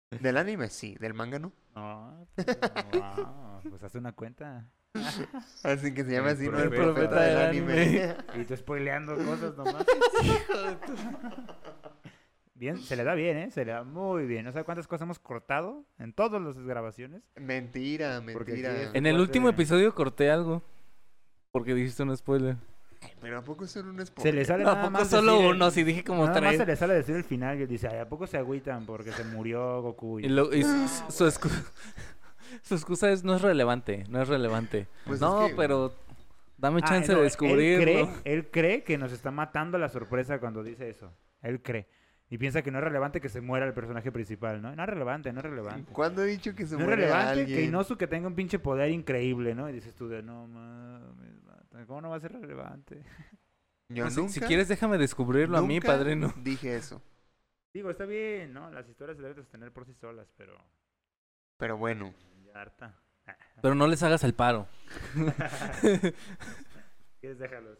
Del anime sí, del manga no. No, pues, no, pues haz una cuenta. Así que se llama El así, ¿no? El profeta profeta del del anime. Y tú spoileando cosas nomás. Bien, se le da bien, ¿eh? Se le da muy bien. No sé cuántas cosas hemos cortado en todas las grabaciones. Mentira, Porque aquí mentira. es- En el último Aparte- episodio corté algo. Porque dijiste un spoiler. Ay, Pero ¿a poco son un Se spoiler? le sale nada Tampoco más solo decir el- uno, sí dije como Nada más tres. se le sale decir el final y él dice, ay, ¿a poco se agüitan porque se murió Goku? Y lo- y su, Ah. su excu- su excusa es no es relevante, no es relevante. Pues es no, que- pero dame Ah, chance de no, él descubrirlo. cree- Él cree que nos está matando la sorpresa cuando dice eso. Él cree. Y piensa que no es relevante que se muera el personaje principal, ¿no? No es relevante, no es relevante. ¿Cuándo he dicho que se No es muere relevante alguien? que Inosu que tenga un pinche poder increíble, ¿no? Y dices tú de, no mames, mata, ¿cómo no va a ser relevante? Yo Pues, si- nunca, si, quieres déjame descubrirlo a mí, nunca padrino. dije eso. Digo, está bien, ¿no? Las historias se deben sostener por sí solas, pero Pero bueno, ya harta. Pero no les hagas el paro. ¿Quieres déjalos?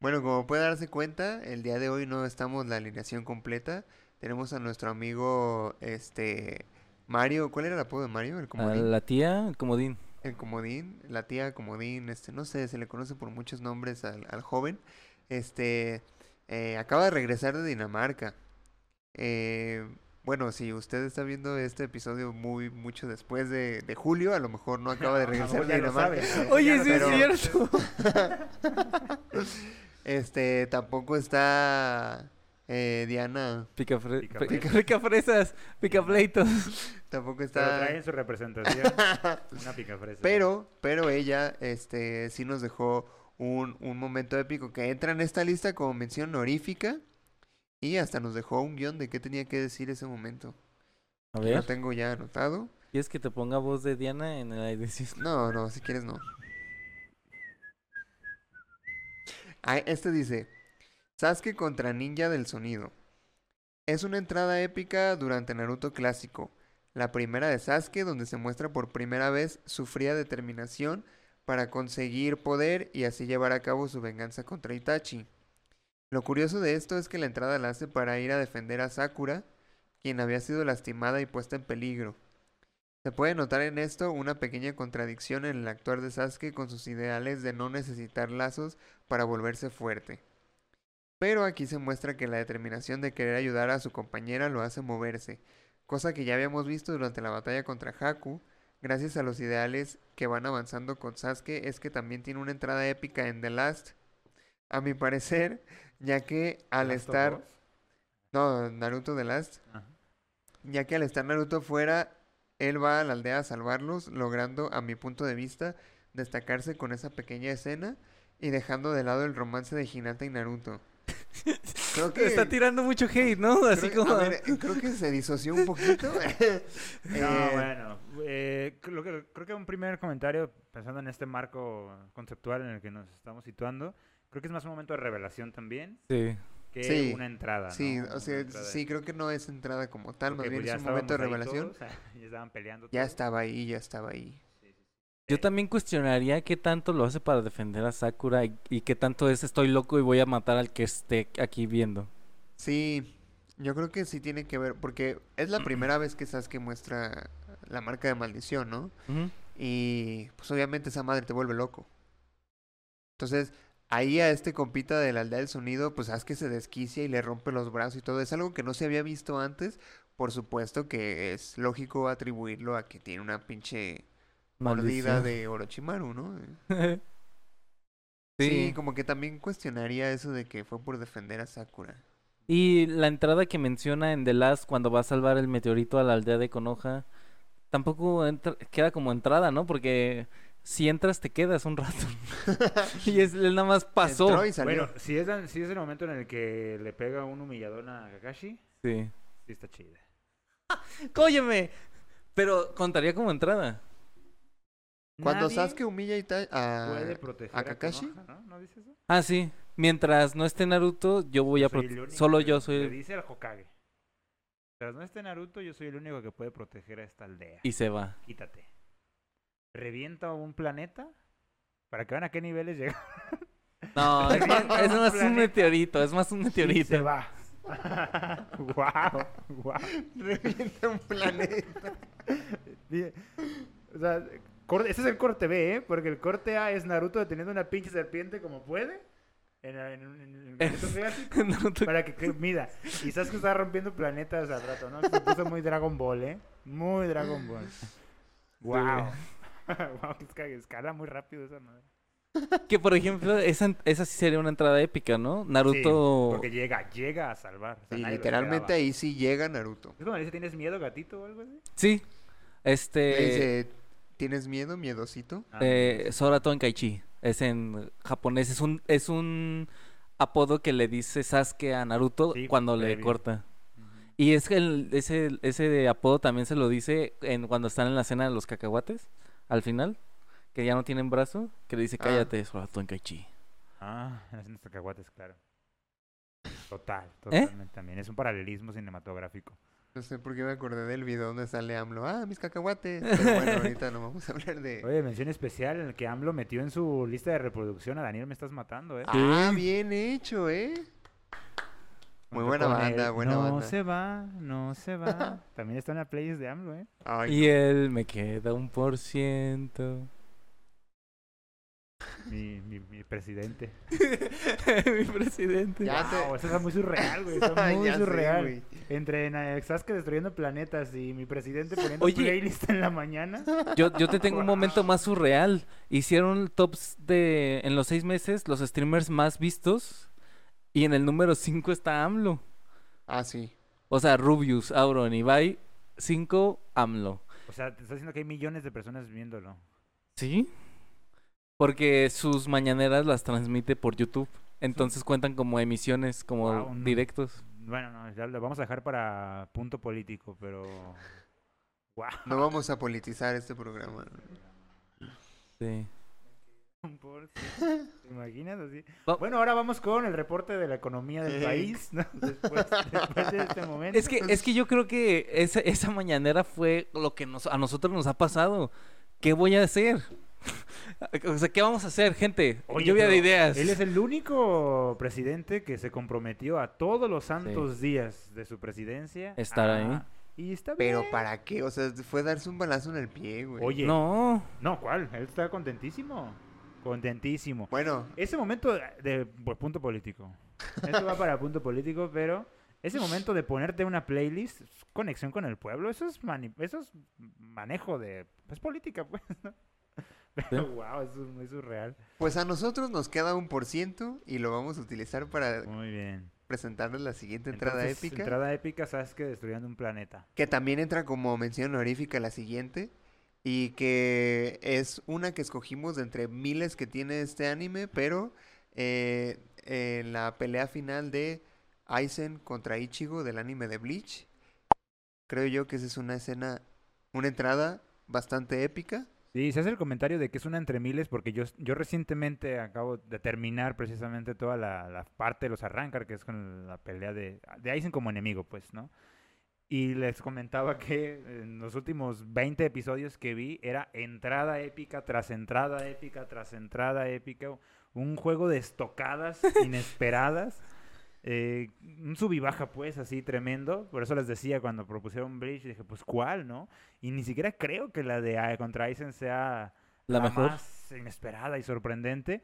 bueno, como puede darse cuenta, el día de hoy no estamos la alineación completa. Tenemos a nuestro amigo, este, Mario. ¿Cuál era el apodo de Mario? El A comodín. la tía, el comodín. El comodín, la tía comodín, este, no sé, se le conoce por muchos nombres al, al joven. Este, eh, acaba de regresar de Dinamarca. Eh, bueno, si usted está viendo este episodio muy mucho después de, de julio, a lo mejor no acaba de regresar de Dinamarca. Oye, sí pero- es cierto. Este, tampoco está eh, Diana, Pica, fre- Pica pe- fresas. pica fresas, pica pleitos. tampoco Pero está... traen su representación. Una picafresa. Pero, pero ella, este, sí nos dejó un, un momento épico que entra en esta lista como mención honorífica y hasta nos dejó un guión de qué tenía que decir ese momento. A Yo Lo ver, tengo ya anotado. ¿quieres que te ponga voz de Diana en el edificio? No, no, si quieres no. Ah, este dice, Sasuke contra Ninja del Sonido. Es una entrada épica durante Naruto clásico, la primera de Sasuke donde se muestra por primera vez su fría determinación para conseguir poder y así llevar a cabo su venganza contra Itachi. Lo curioso de esto es que la entrada la hace para ir a defender a Sakura, quien había sido lastimada y puesta en peligro. Se puede notar en esto una pequeña contradicción en el actuar de Sasuke con sus ideales de no necesitar lazos para volverse fuerte. Pero aquí se muestra que la determinación de querer ayudar a su compañera lo hace moverse, cosa que ya habíamos visto durante la batalla contra Haku, gracias a los ideales que van avanzando con Sasuke es que también tiene una entrada épica en The Last, a mi parecer, ya que al Last of estar... Us. No, Naruto The Last Ajá. ya que al estar Naruto fuera, él va a la aldea a salvarlos, logrando, a mi punto de vista, destacarse con esa pequeña escena y dejando de lado el romance de Hinata y Naruto. Creo que, Está tirando mucho hate, ¿no? Así creo- como... a ver, creo que se disoció un poquito. No, Eh, bueno. eh, creo, que, creo que un primer comentario, pensando en este marco conceptual en el que nos estamos situando, creo que es más un momento de revelación también Sí. que Sí, una entrada. Sí, ¿no? o Una sea, entrada. sí, creo que no es entrada como tal, más Porque, bien pues, ya es un momento de estábamos ahí revelación. todos, ah, ya estaban peleando. Ya todos. estaba ahí, ya estaba ahí. Yo también cuestionaría qué tanto lo hace para defender a Sakura y, y qué tanto es estoy loco y voy a matar al que esté aquí viendo. Sí, yo creo que sí tiene que ver, porque es la primera vez que Sasuke muestra la marca de maldición, ¿no? Ujú. Y pues obviamente esa madre te vuelve loco. Entonces, ahí a este compita de la aldea del sonido, pues haz que se desquicia y le rompe los brazos y todo. Es algo que no se había visto antes. Por supuesto que es lógico atribuirlo a que tiene una pinche mordida Maldición. de Orochimaru, ¿no? sí. Sí, como que también cuestionaría eso de que fue por defender a Sakura. Y la entrada que menciona en The Last cuando va a salvar el meteorito a la aldea de Konoha, tampoco entra- queda como entrada, ¿no? Porque si entras te quedas un rato. y es, él nada más pasó. Entró y salió. Bueno, si es, la- si es el momento en el que le pega un humilladón a Kakashi, Sí. sí está chida. ¡Cóyeme! Pero contaría como entrada. Cuando Nadie Sasuke humilla a Ita- a- puede proteger a a, Kakashi? Konoha, ¿no? ¿No dice eso? Ah, sí. Mientras no esté Naruto, yo voy a... Soy prote- el único Solo que- yo soy... Le el- dice al Hokage. Tras no esté Naruto, yo soy el único que puede proteger a esta aldea. Y se va. Quítate. revienta un planeta. Para que vean a qué niveles llega. No, es más, es Un más un planeta. meteorito, es más un Y se meteorito. va. wow, wow. Revienta un planeta. O sea, cor- ese es el corte B, ¿eh? Porque el corte A es Naruto deteniendo una pinche serpiente como puede. En, en- en- en el momento clásico, Naruto- Para que, que- mira, quizás que estaba rompiendo planetas al rato, ¿no? Se puso muy Dragon Ball, ¿eh? Muy Dragon Ball. Wow. wow, que esca- escala muy rápido esa madre. que por ejemplo, esa, esa sí sería una entrada épica, ¿no? Sí, Naruto. porque llega, llega a salvar. O sea, Y nadie lo literalmente esperaba. ahí sí llega Naruto. Es como le dice, ¿tienes miedo, gatito o algo así? Sí. Le Eh, Este. dice, ¿tienes miedo, miedosito? Ah, Eh, Soraton Kaichi. Es en japonés. Es un, es un apodo que le dice Sasuke a Naruto Sí, cuando le previo. corta. ujú. Y es que el- ese, ese de apodo también se lo dice en cuando están en la cena de los cacahuates, al final, que ya no tienen brazo, que le dice Ah. cállate, Soraton Kaichi. Ah, hacen los cacahuates, claro. ¿Eh? Total, totalmente también. Es un paralelismo cinematográfico. No sé por qué me acordé del video donde sale AMLO. Ah, mis cacahuates. Pero bueno, ahorita no vamos a hablar de... Oye, mención especial en el que AMLO metió en su lista de reproducción a Daniel Me Estás Matando, ¿eh? Ah, bien hecho, ¿eh? Muy Junto buena con banda, el buena no banda. No se va, no se va. también está en la playlist de AMLO, ¿eh? Ay, Y él me queda un por ciento. Mi, mi, mi presidente. Mi presidente. Ya sé. Wow, eso está muy surreal, Ah, güey. Está Ay, muy ya sé, surreal. güey. Entre na- Sasuke destruyendo planetas y mi presidente poniendo Oye. playlist en la mañana. Yo, yo te tengo un momento más surreal. Hicieron tops de en los seis meses los streamers más vistos y en el número 5 está AMLO. Ah, sí. O sea, Rubius, Auron, Ibai, 5 AMLO. O sea, te está diciendo que hay millones de personas viéndolo. ¿Sí? Porque sus mañaneras las transmite por YouTube. Entonces cuentan como emisiones, como Guau, no. directos. Bueno, no, ya lo vamos a dejar para punto político, pero. ¡Wow! No vamos a politizar este programa. Sí. Por si- ¿Te imaginas así? Va- Bueno, ahora vamos con el reporte de la economía del Eh. país, ¿no? Después, después de este momento. Es que, es que yo creo que esa, esa mañanera fue lo que nos, a nosotros nos ha pasado. ¿Qué voy a hacer? O sea, ¿qué vamos a hacer, gente? Oye, Lluvia de pero ideas. Él es el único presidente que se comprometió a todos los santos días de su presidencia. Estar a- ahí. Y está bien. Pero ¿para qué? O sea, fue darse un balazo en el pie, güey. Oye, no. No. no, ¿cuál? Él está contentísimo. Contentísimo. Bueno, Ese momento de pues, punto político. Esto va para punto político, pero ese momento de ponerte una playlist, es conexión con el pueblo, eso es, mani- eso es manejo de pues, política, pues, ¿no? Pero wow, eso es muy surreal. pues a nosotros nos queda un por ciento y lo vamos a utilizar para Muy bien. presentarles la siguiente entrada Entonces, épica. Entrada épica, sabes que destruyendo un planeta. Que también entra como mención honorífica la siguiente. Y que es una que escogimos de entre miles que tiene este anime, pero eh, en la pelea final de Aizen contra Ichigo del anime de Bleach, creo yo que esa es una escena, una entrada bastante épica. Sí, se hace el comentario de que es una entre miles porque yo, yo recientemente acabo de terminar precisamente toda la, la parte de los arrancar, que es con la pelea de, de Aizen como enemigo, pues, ¿no? Y les comentaba que en los últimos 20 episodios que vi era entrada épica tras entrada épica tras entrada épica, un juego de estocadas inesperadas, eh, un sub y baja pues así tremendo, por eso les decía cuando propusieron Bridge, dije pues ¿cuál, no? Y ni siquiera creo que la de A- contra Aizen sea La mejor. más inesperada y sorprendente,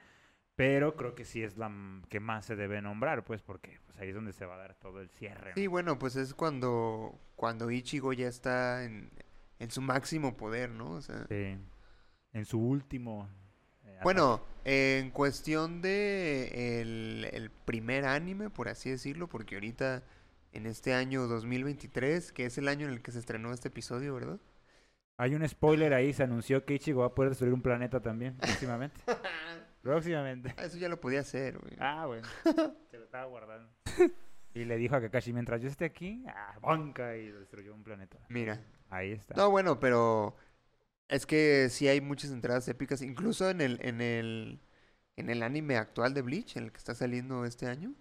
pero creo que sí es la m- que más se debe nombrar pues porque pues, ahí es donde se va a dar todo el cierre. ¿no? Sí, bueno, pues es cuando, cuando Ichigo ya está en, en su máximo poder, ¿no? O sea, Sí. En su último. eh, ataque. Bueno, en cuestión de el, el primer anime, por así decirlo, porque ahorita en este año 2023, que es el año en el que se estrenó este episodio, ¿verdad? Hay un spoiler ahí, se anunció que Ichigo va a poder destruir un planeta también próximamente. próximamente. Ah, Eso ya lo podía hacer, güey. Ah, bueno. Se lo estaba guardando. Y le dijo a Kakashi, mientras yo esté aquí, ah, bonca y destruyó un planeta. Mira. Ahí está. No, bueno, pero es que sí hay muchas entradas épicas, incluso en el, en el, en el anime actual de Bleach, en el que está saliendo este año.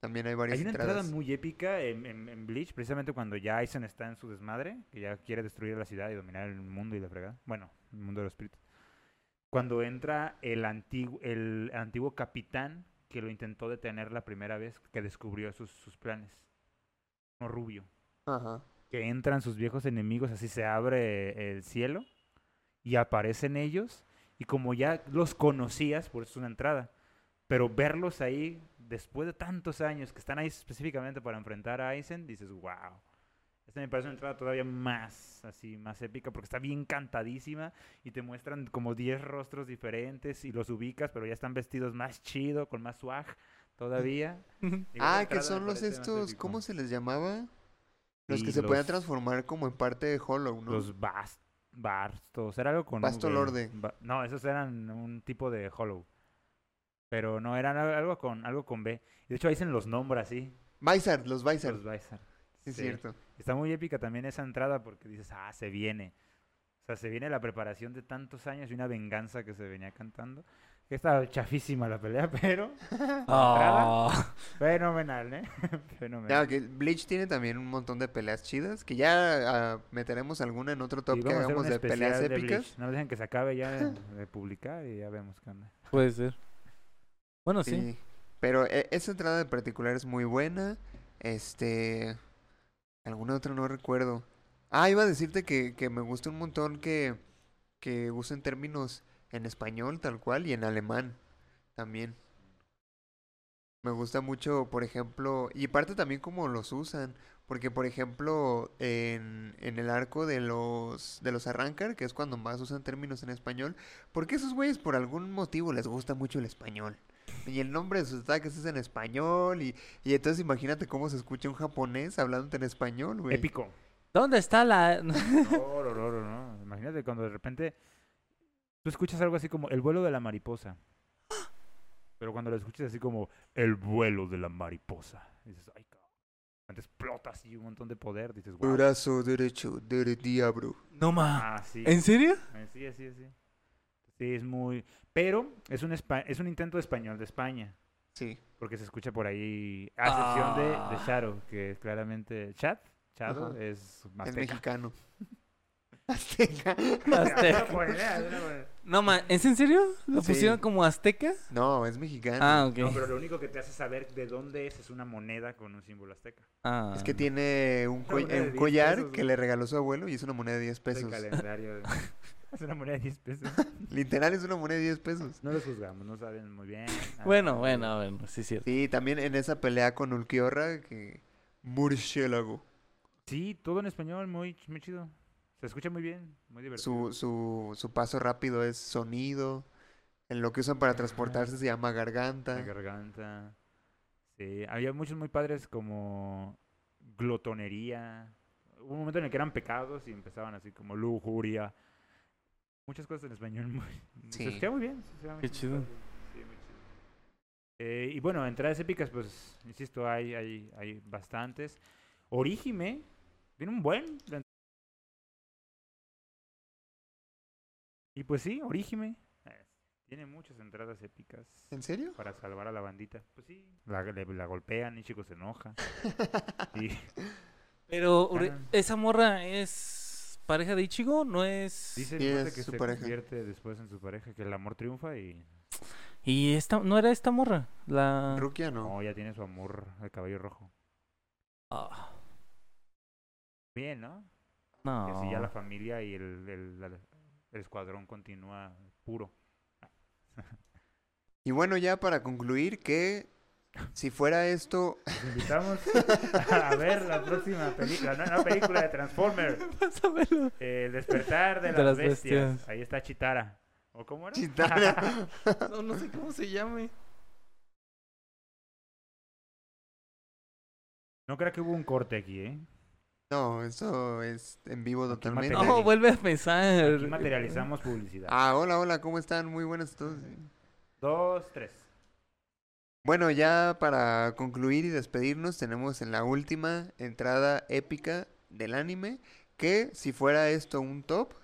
También hay varias Hay una entrada entradas. muy épica en, en- en Bleach, precisamente cuando ya Aizen está en su desmadre, que ya quiere destruir la ciudad y dominar el mundo y la fregada. Bueno, el mundo de los espíritus. Cuando entra el antiguo, el antiguo capitán que lo intentó detener la primera vez, que descubrió sus, sus planes. Uno rubio. Ajá. Que entran sus viejos enemigos, así se abre el cielo y aparecen ellos. Y como ya los conocías, por eso es una entrada. Pero verlos ahí después de tantos años que están ahí específicamente para enfrentar a Aizen, dices, wow. Esta me parece una entrada todavía más, así, más épica, porque está bien cantadísima y te muestran como 10 rostros diferentes y los ubicas, pero ya están vestidos más chido, con más swag todavía. Digo, Ah, esa que entrada me son los parece más estos, épico. ¿cómo se les llamaba? Los que Sí, se podían los- transformar como en parte de Hollow, ¿no? Los bas- bastos. Era algo con. Basto V. Lorde. Ba- no, esos eran un tipo de Hollow. Pero no, eran al- algo con, algo con B. De hecho, Aizen los nombra así. Vizard, los Vizard, Los Bizar. sí, es sí. cierto. Está muy épica también esa entrada porque dices, ah, se viene. O sea, se viene la preparación de tantos años y una venganza que se venía cantando. Que estaba chafísima la pelea, pero Ah, fenomenal, ¿eh? Ya, fenomenal. que Bleach tiene también un montón de peleas chidas, que ya ah, meteremos alguna en otro top Y que vamos a hacer hagamos un de peleas especial de épicas. Bleach. no dejen que se acabe ya de, de publicar y ya vemos qué onda. puede ser. Bueno, Ah, sí. Sí. Pero e- esa entrada en particular es muy buena. Este. Alguna otra no recuerdo. Ah, iba a decirte que, que me gusta un montón que, que usen términos en español tal cual y en alemán también. Me gusta mucho, por ejemplo, y parte también como los usan, porque por ejemplo en, en el arco de los de los arrancar, que es cuando más usan términos en español, porque esos güeyes por algún motivo les gusta mucho el español. Y el nombre de sus ataques es en español y, y entonces imagínate cómo se escucha un japonés hablándote en español, güey. Épico. ¿Dónde está la...? No, no, no, no, no. Imagínate cuando de repente tú escuchas algo así como el vuelo de la mariposa. Pero cuando lo escuchas así como el vuelo de la mariposa, dices, ay, cabrón. Antes explota así un montón de poder, dices, wow. Brazo derecho del diablo. No, ma. Ah, sí. ¿En serio? eh, Sí, sí, sí. Sí, es muy. Pero es un, espa- es un intento de español de España. Sí. Porque se escucha por ahí. A excepción de, Ah. de Shadow, que es claramente. Chat. Shadow Ajá. es Es azteca. mexicano. Azteca. Azteca. Pues, No, ma. ¿Es en serio? ¿Lo Sí. pusieron como azteca? No, es mexicano. Ah, ok. No, pero lo único que te hace saber de dónde es es una moneda con un símbolo azteca. Ah. Es que tiene un, coll- moneda de un 10 collar pesos, que ¿no? le regaló su abuelo y es una moneda de 10 Es el pesos. calendario. de- es una moneda de 10 pesos. Literal es una moneda de 10 pesos. No los juzgamos, no saben muy bien. nada. Bueno, bueno, bueno. Sí, es cierto. Sí, también en esa pelea con Ulquiorra que... Murciélago. Sí, todo en español, muy, ch- muy chido. Se escucha muy bien, muy divertido. Su, su, su paso rápido es sonido. En lo que usan para transportarse se llama La garganta. garganta. Sí, había muchos muy padres como glotonería. Hubo un momento en el que eran pecados y empezaban así como lujuria. Muchas cosas en español. Muy... Sí. Se escucha muy bien. se escucha muy- Qué muy chido. padre. Sí, muy chido. Eh, y bueno, entradas épicas, pues, insisto, hay, hay, hay bastantes. Origime, viene un buen. de ent- Y pues sí, Origime. eh, Tiene muchas entradas épicas ¿En serio? para salvar a la bandita. Pues sí. La, le- la golpean, Ichigo se enoja. y Pero Uri- Ganan. esa morra es pareja de Ichigo, no es... dice Sí, después de es que su se pareja. convierte después en su pareja, que el amor triunfa y... Y esta no era esta morra, la Rukia no. No, ya tiene su amor al caballo rojo. Ah, Bien, ¿no? Y no. así ya la familia y el, el- la- el escuadrón continúa puro. Y bueno, ya para concluir que si fuera esto Los invitamos a ver la próxima película, la nueva película de Transformers, eh, Pásamelo. El despertar de, De las, las bestias. bestias. Ahí está Chitara. ¿O cómo era? Chitara. No, no sé cómo se llame. no creo que hubo un corte aquí, ¿eh? No, eso es en vivo Aquí totalmente. material- No, vuelve a pensar. Aquí materializamos publicidad. Ah, hola, hola, ¿cómo están? Muy buenas todos. Dos, tres. Bueno, ya para concluir y despedirnos, tenemos en la última entrada épica del anime, que si fuera esto un top,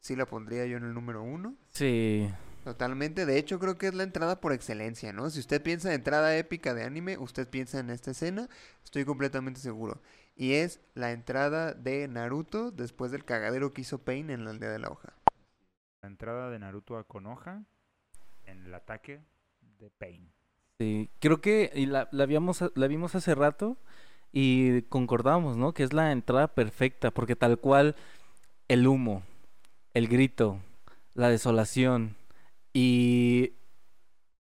sí la pondría yo en el número uno. Sí. Totalmente, de hecho creo que es la entrada por excelencia, ¿no? Si usted piensa en entrada épica de anime, usted piensa en esta escena, estoy completamente seguro. Y es la entrada de Naruto después del cagadero que hizo Pain en la aldea de la hoja. La entrada de Naruto a Konoha en el ataque de Pain. Sí, creo que y la, la, habíamos- la vimos hace rato y concordamos, ¿no? Que es la entrada perfecta, porque tal cual el humo, el grito, la desolación y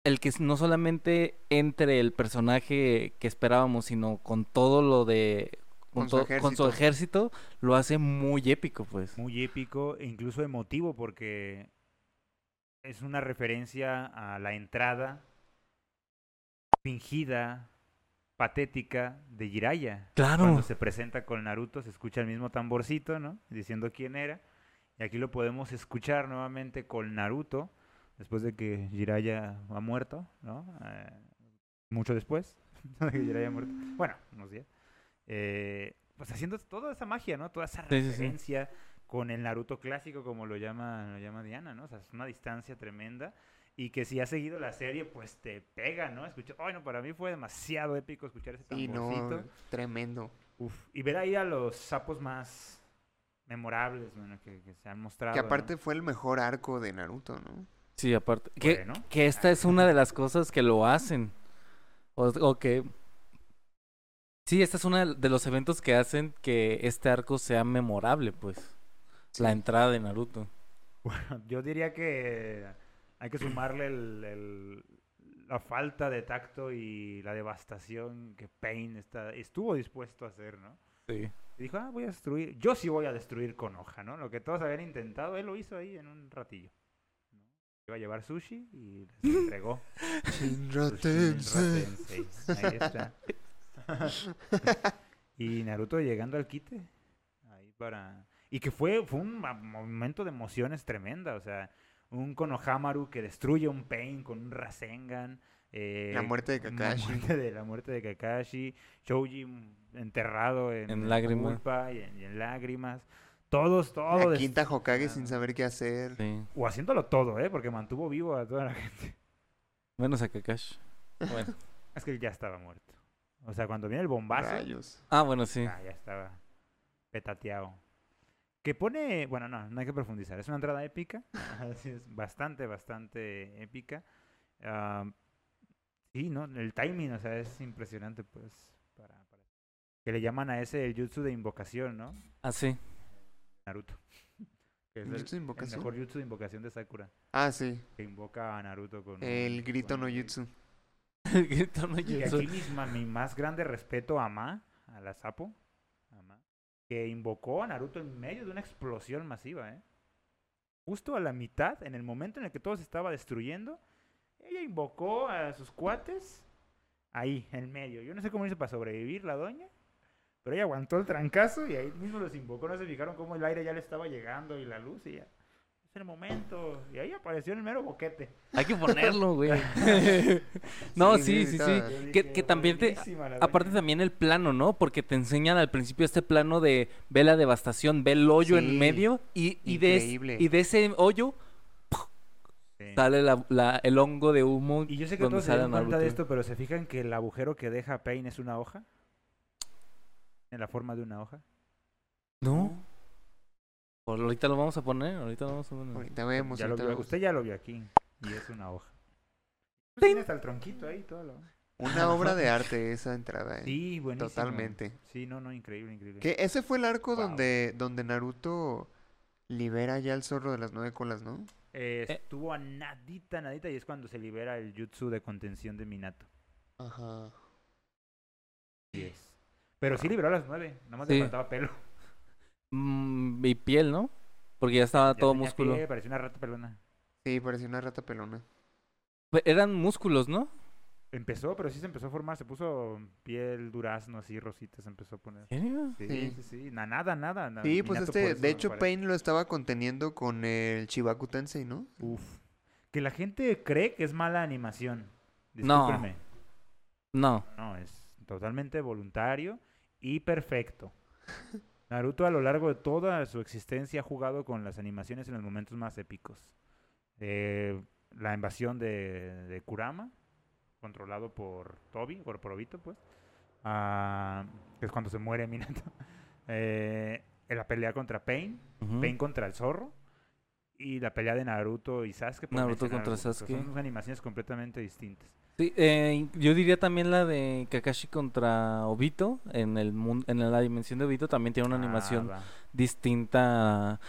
el que s- no solamente entre el personaje que esperábamos, sino con todo lo de... Con su to- con su ejército, lo hace muy épico, pues. Muy épico e incluso emotivo porque es una referencia a la entrada fingida, patética de Jiraiya. Claro. Cuando se presenta con Naruto se escucha el mismo tamborcito, ¿no? Diciendo quién era. Y aquí lo podemos escuchar nuevamente con Naruto, después de que Jiraiya ha muerto, ¿no? Eh, mucho después de que Jiraiya ha muerto. Bueno, unos días. Eh, pues haciendo toda esa magia, ¿no? Toda esa Sí, sí, sí. referencia con el Naruto clásico, como lo llama, lo llama Diana, ¿no? O sea, es una distancia tremenda. Y que si has seguido la serie, pues te pega, ¿no? Escucha, ay, no, para mí fue demasiado épico escuchar ese Y tamborcito. no, tremendo. Uf, y ver ahí a los sapos más memorables, bueno, que, que se han mostrado. Que ¿no? aparte fue el mejor arco de Naruto, ¿no? Sí, aparte. Que, Bueno. que esta es una de las cosas que lo hacen. O, o que. Sí, esta es una de los eventos que hacen que este arco sea memorable, pues. La entrada de Naruto. Yo diría que hay que sumarle el- el- la falta de tacto y la devastación que Pain está, estuvo dispuesto a hacer, ¿no? Sí. Y dijo, ah, voy a destruir, yo sí voy a destruir con hoja, ¿no? Lo que todos habían intentado, él lo hizo ahí en un ratillo. ¿no? Iba a llevar sushi y les entregó. Shinra Sushi Tensei. Shinra Tensei. Ahí está. y Naruto llegando al quite. Ahí para. Y que fue, fue un ma- momento de emociones tremenda. O sea, un Konohamaru que destruye un Pain con un Rasengan. eh, La muerte de la Kakashi. muerte de- La muerte de, Kakashi. Shouji enterrado en, En lágrimas. culpa y, en, y en lágrimas. Todos, todos. La dest- quinta Hokage sin Ah. saber qué hacer. sí. O haciéndolo todo, ¿eh? Porque mantuvo vivo a toda la gente. Menos a Kakashi. Bueno. Es que él ya estaba muerto. O sea, cuando viene el bombazo, Rayos. Ah, bueno, sí. ah, ya estaba petateado. Que pone, bueno, no, no hay que profundizar. Es una entrada épica. Así es, bastante, bastante épica. Ah, sí, ¿no? El timing, o sea, es impresionante, pues. Para, para- Que le llaman a ese el jutsu de invocación, ¿no? Ah, sí. Naruto. Que es ¿Un el, jutsu de el invocación? mejor jutsu de invocación de Sakura. Ah, sí. Que invoca a Naruto con. un- El grito con no un jutsu. El grito no Y jutsu. aquí misma, mi más grande respeto a Ma, a la sapo, a Ma, que invocó a Naruto en medio de una explosión masiva, ¿eh? Justo a la mitad, en el momento en el que todo se estaba destruyendo, ella invocó a sus cuates ahí, en medio. Yo no sé cómo hizo para sobrevivir la doña, pero ella aguantó el trancazo y ahí mismo los invocó. No se fijaron cómo el aire ya le estaba llegando y la luz y ya. Es el momento. Y ahí apareció el mero boquete. Hay que ponerlo, güey. no, sí, sí, sí. ahorita- Yo Que- dije, que también te- "Buenísima la Aparte doña". también el plano, ¿no? Porque te enseñan al principio este plano de ve la devastación, ve el hoyo Sí. en medio y, y, de, es- Increíble. y de ese hoyo Sí. sale la- la- el hongo de humo. Y yo sé que donde todos se sale dan cuenta de Naruto. esto, pero ¿se fijan que el agujero que deja Pain es una hoja? En la forma de una hoja. No. Por- Pues, ahorita lo vamos a poner, ahorita lo vamos a poner. Ahorita vemos. Ya lo ahorita vio- vemos. usted ya lo vio aquí. Y es una hoja. Pues Tin. Tiene hasta el tronquito ahí, todo lo... Una obra de arte esa entrada. ¿eh? Sí, buenísimo. Totalmente. Sí, no, no, increíble, increíble. Que ese fue el arco Wow. donde, donde Naruto libera ya al zorro de las nueve colas, ¿no? Eh, Eh. estuvo a nadita, nadita, y es cuando se libera el jutsu de contención de Minato. Ajá. Sí es. Pero sí liberó a las nueve, nada más le Sí. faltaba pelo. Mm, y piel, ¿no? Porque ya estaba Ya todo tenía músculo. pie, parecía una rata pelona. Sí, parecía una rata pelona. Pe- Eran músculos, ¿no? Empezó, pero sí se empezó a formar, se puso piel durazno así, rosita, se empezó a poner. ¿En serio? Sí, Sí. sí, sí. Na- nada, nada. na- Sí, pues Ah, Minato por este, de eso me hecho, parece. Pain lo estaba conteniendo con el Chibaku Tensei, ¿no? Uf. Que la gente cree que es mala animación. No. Discúlpenme. No. No. es totalmente voluntario y perfecto. Naruto a lo largo de toda su existencia ha jugado con las animaciones en los momentos más épicos. Eh, la invasión de, de Kurama, controlado por Toby, por Probito, pues, ah, que es cuando se muere Minato. Eh, en la pelea contra Pain, Ujú. Pain contra el zorro y la pelea de Naruto y Sasuke. por Naruto mencionar contra algunos, pero Sasuke. Son unas animaciones completamente distintas. Sí, eh, yo diría también la de Kakashi contra Obito en el mun- en la dimensión de Obito también tiene una Ah, animación va. distinta.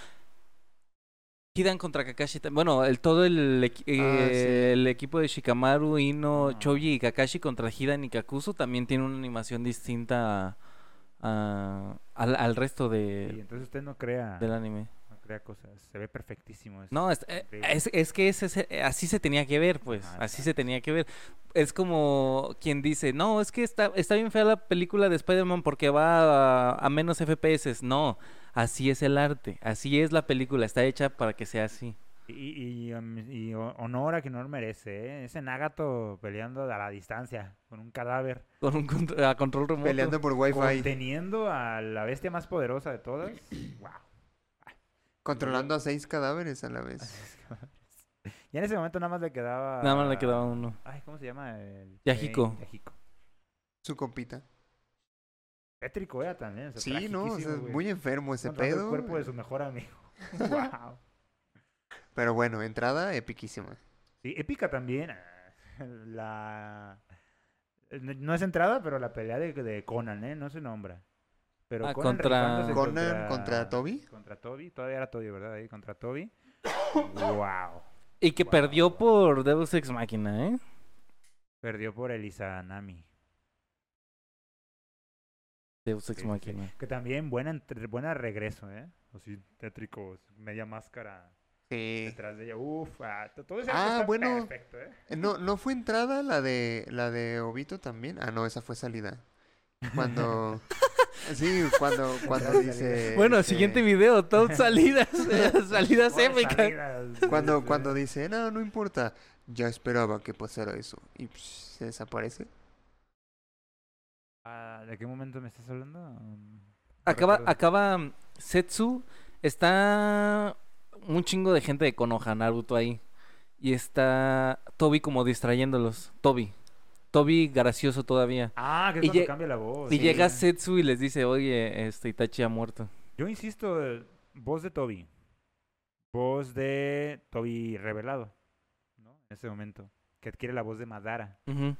Kidan contra Kakashi, tam- bueno, el todo el, equi- Ah, sí. eh, el equipo de Shikamaru, Ino, Ah. Choji y Kakashi contra Hidan y Kakuzu también tiene una animación distinta a- al, al resto Y de, entonces usted no crea, del anime. no crea cosas. Se ve perfectísimo eso. No, es, eh, Increíble. es, es que ese, se- eh, así se tenía que ver, pues. Ajá, así se tenía que ver. Es como quien dice, no, es que está, está bien fea la película de Spider-Man porque va a, a menos FPS. No, así es el arte, así es la película, está hecha para que sea así. Y, y, um, y ho- honor a quien no lo merece, ¿eh? Ese Nagato peleando a la distancia con un cadáver. Con un contr- a control remoto. Peleando por Wi-Fi. Conteniendo a la bestia más poderosa de todas. wow. Controlando a seis cadáveres a la vez. Y en ese momento nada más le quedaba... Nada más le quedaba uno. Ay, ¿cómo se llama? El... Yahiko. Pain, Yahiko. Su copita. Tétrico era también. o sea, Sí, no, o sea, tragiquísimo, güey. muy enfermo ese Encontrando pedo. El cuerpo de su mejor amigo. wow. Pero bueno, entrada epiquísima. Sí, épica también. ah, La... No no es entrada, pero la pelea de, de Conan, ¿eh? No se nombra. Pero Ah, Conan contra- rifándose Conan contra Toby. Contra Toby. Todavía era Toby, ¿verdad? Ahí contra Toby. wow. Y que Wow. perdió por Deus Ex Machina, ¿eh? Perdió por Elisa Nami. Deus Ex Sí, sí, sí. Machina. Que también buena, entre- buena regreso, ¿eh? Así tétrico, media máscara Sí. detrás de ella. Uf, ah, t- todo ese Ah, está bueno. perfecto, ¿eh? Eh, No, no fue entrada la de la de Obito también. Ah, no, esa fue salida. Cuando sí, cuando cuando Salida. dice Bueno, este, siguiente video, top salidas, eh, salidas Buenas épicas. salidas. Cuando cuando dice, "No, no importa, ya esperaba que pasara eso." Y psh, se desaparece. Ah, ¿De qué momento me estás hablando? Um, no Acaba, recuerdo. acaba mm, Setsu. Está un chingo de gente de Konoha, Naruto ahí. Y está Toby como distrayéndolos. Toby. Toby gracioso todavía. Ah, que Y es cuando lle- cambia la voz. Y Sí. llega Setsu y les dice, oye, este Itachi ha muerto. Yo insisto, eh, voz de Toby. Voz de Toby revelado, ¿no? En ese momento. Que adquiere la voz de Madara. Ujú.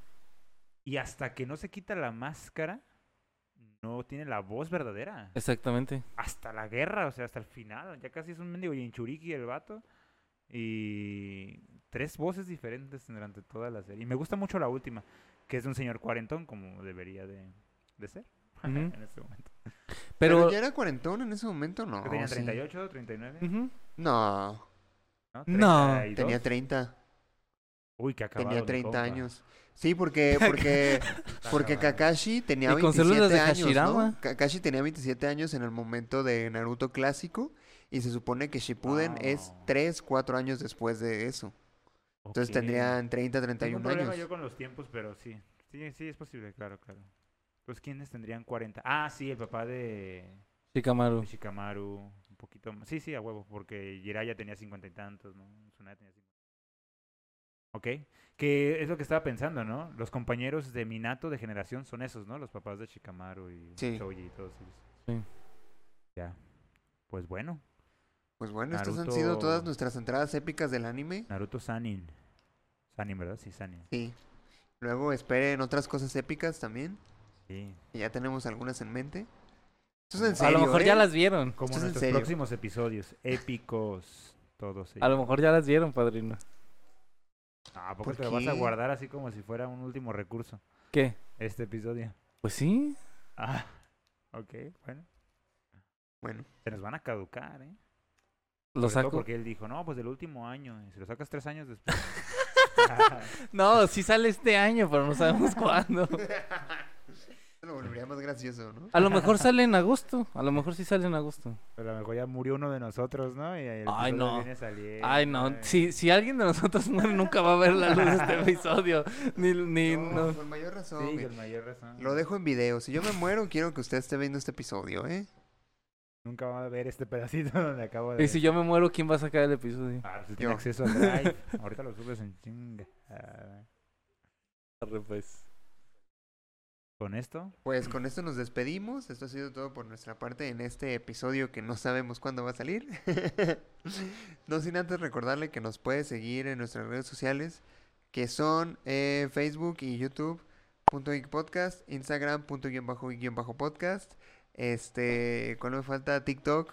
Y hasta que no se quita la máscara, no tiene la voz verdadera. Exactamente. Hasta la guerra, o sea, hasta el final. Ya casi es un mendigo Jinchuriki el vato. Y tres voces diferentes durante toda la serie. Y me gusta mucho la última, que es de un señor cuarentón, como debería de, de ser Ujú. en este momento. Pero, Pero... ya era cuarentón en ese momento, no. Que tenía Ah, sí. 38, 39, Ujú. No, ¿no? No. 32. tenía 30, Uy, que acabado. tenía mi 30 compa. años. Sí, porque porque Está Porque acabado. Kakashi tenía Y con 27 células de años, ¿no? Hashirama. Kakashi tenía 27 años en el momento de Naruto clásico y se supone que Shippuden es Wow. 3, 4 años después de eso. Entonces Ok. tendrían 30, Tengo un 31 problema yo años. con los tiempos, pero sí. Sí, sí, es posible, claro, claro. Pues, ¿quiénes tendrían 40? Ah, sí, el papá de... Shikamaru. de Shikamaru, un poquito más. Sí, sí, a huevo, porque Jiraiya tenía cincuenta y tantos, ¿no? Tsunade tenía cincuenta. Ok, que es lo que estaba pensando, ¿no? Los compañeros de Minato de generación son esos, ¿no? Los papás de Shikamaru y Sí. Choji y todos ellos. Sí. Ya. Pues bueno, Pues bueno, estas han sido Naruto- todas nuestras entradas épicas del anime. Naruto Sanin. Sanin, ¿verdad? Sí, Sanin. Sí. Luego esperen otras cosas épicas también. Sí. que Ya tenemos algunas en mente. Esto es en a serio, lo mejor ¿eh? ya las vieron. Como Esto es en nuestros serio. próximos episodios, épicos, todos A lo ellos. mejor ya las vieron, padrino. Ah, ¿a poco ¿Por te lo vas a qué? guardar así como si fuera un último recurso ¿Qué? este episodio? Pues sí. Ah, ok, bueno. Bueno, Se nos van a caducar, ¿eh? Lo Sobre todo saco. Porque él dijo, no, pues del último año. Y si lo sacas tres años después. No, sí sale este año, pero no sabemos cuándo. lo volvería más gracioso, ¿no? A lo mejor sale en agosto. A lo mejor sí sale en agosto. Pero a lo mejor ya murió uno de nosotros, ¿no? Y el Ay, episodio no. viene saliendo, Ay, no. ay. Si, si alguien de nosotros muere, nunca va a ver la luz este episodio. Ni, ni, No, no. con mayor Sí, razón. güey. con mayor razón. Lo dejo en video. Si yo me muero, quiero que usted esté viendo este episodio, ¿eh? Nunca va a ver este pedacito donde acabo de. Y si yo me muero, ¿quién va a sacar el episodio? Ah, pues, si Yo. tiene acceso a Drive. Ahorita lo subes en chinga. Ah, Arre, pues. Con esto, Pues con esto nos despedimos. Esto ha sido todo por nuestra parte en este episodio que no sabemos cuándo va a salir. no sin antes recordarle que nos puede seguir en nuestras redes sociales, que son eh, Facebook y YouTube. Punto Geek podcast, Instagram, punto guión bajo, guión bajo podcast, este, ¿cuál me falta? TikTok,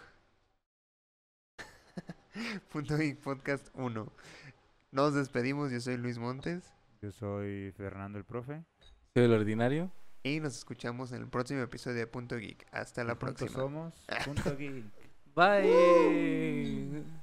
punto Geek podcast 1. Nos despedimos, yo soy Luis Montes yo soy Fernando el Profe. Soy el ordinario. y nos escuchamos en el próximo episodio de Punto Geek. Hasta la Juntos próxima. somos. Punto Geek. Bye.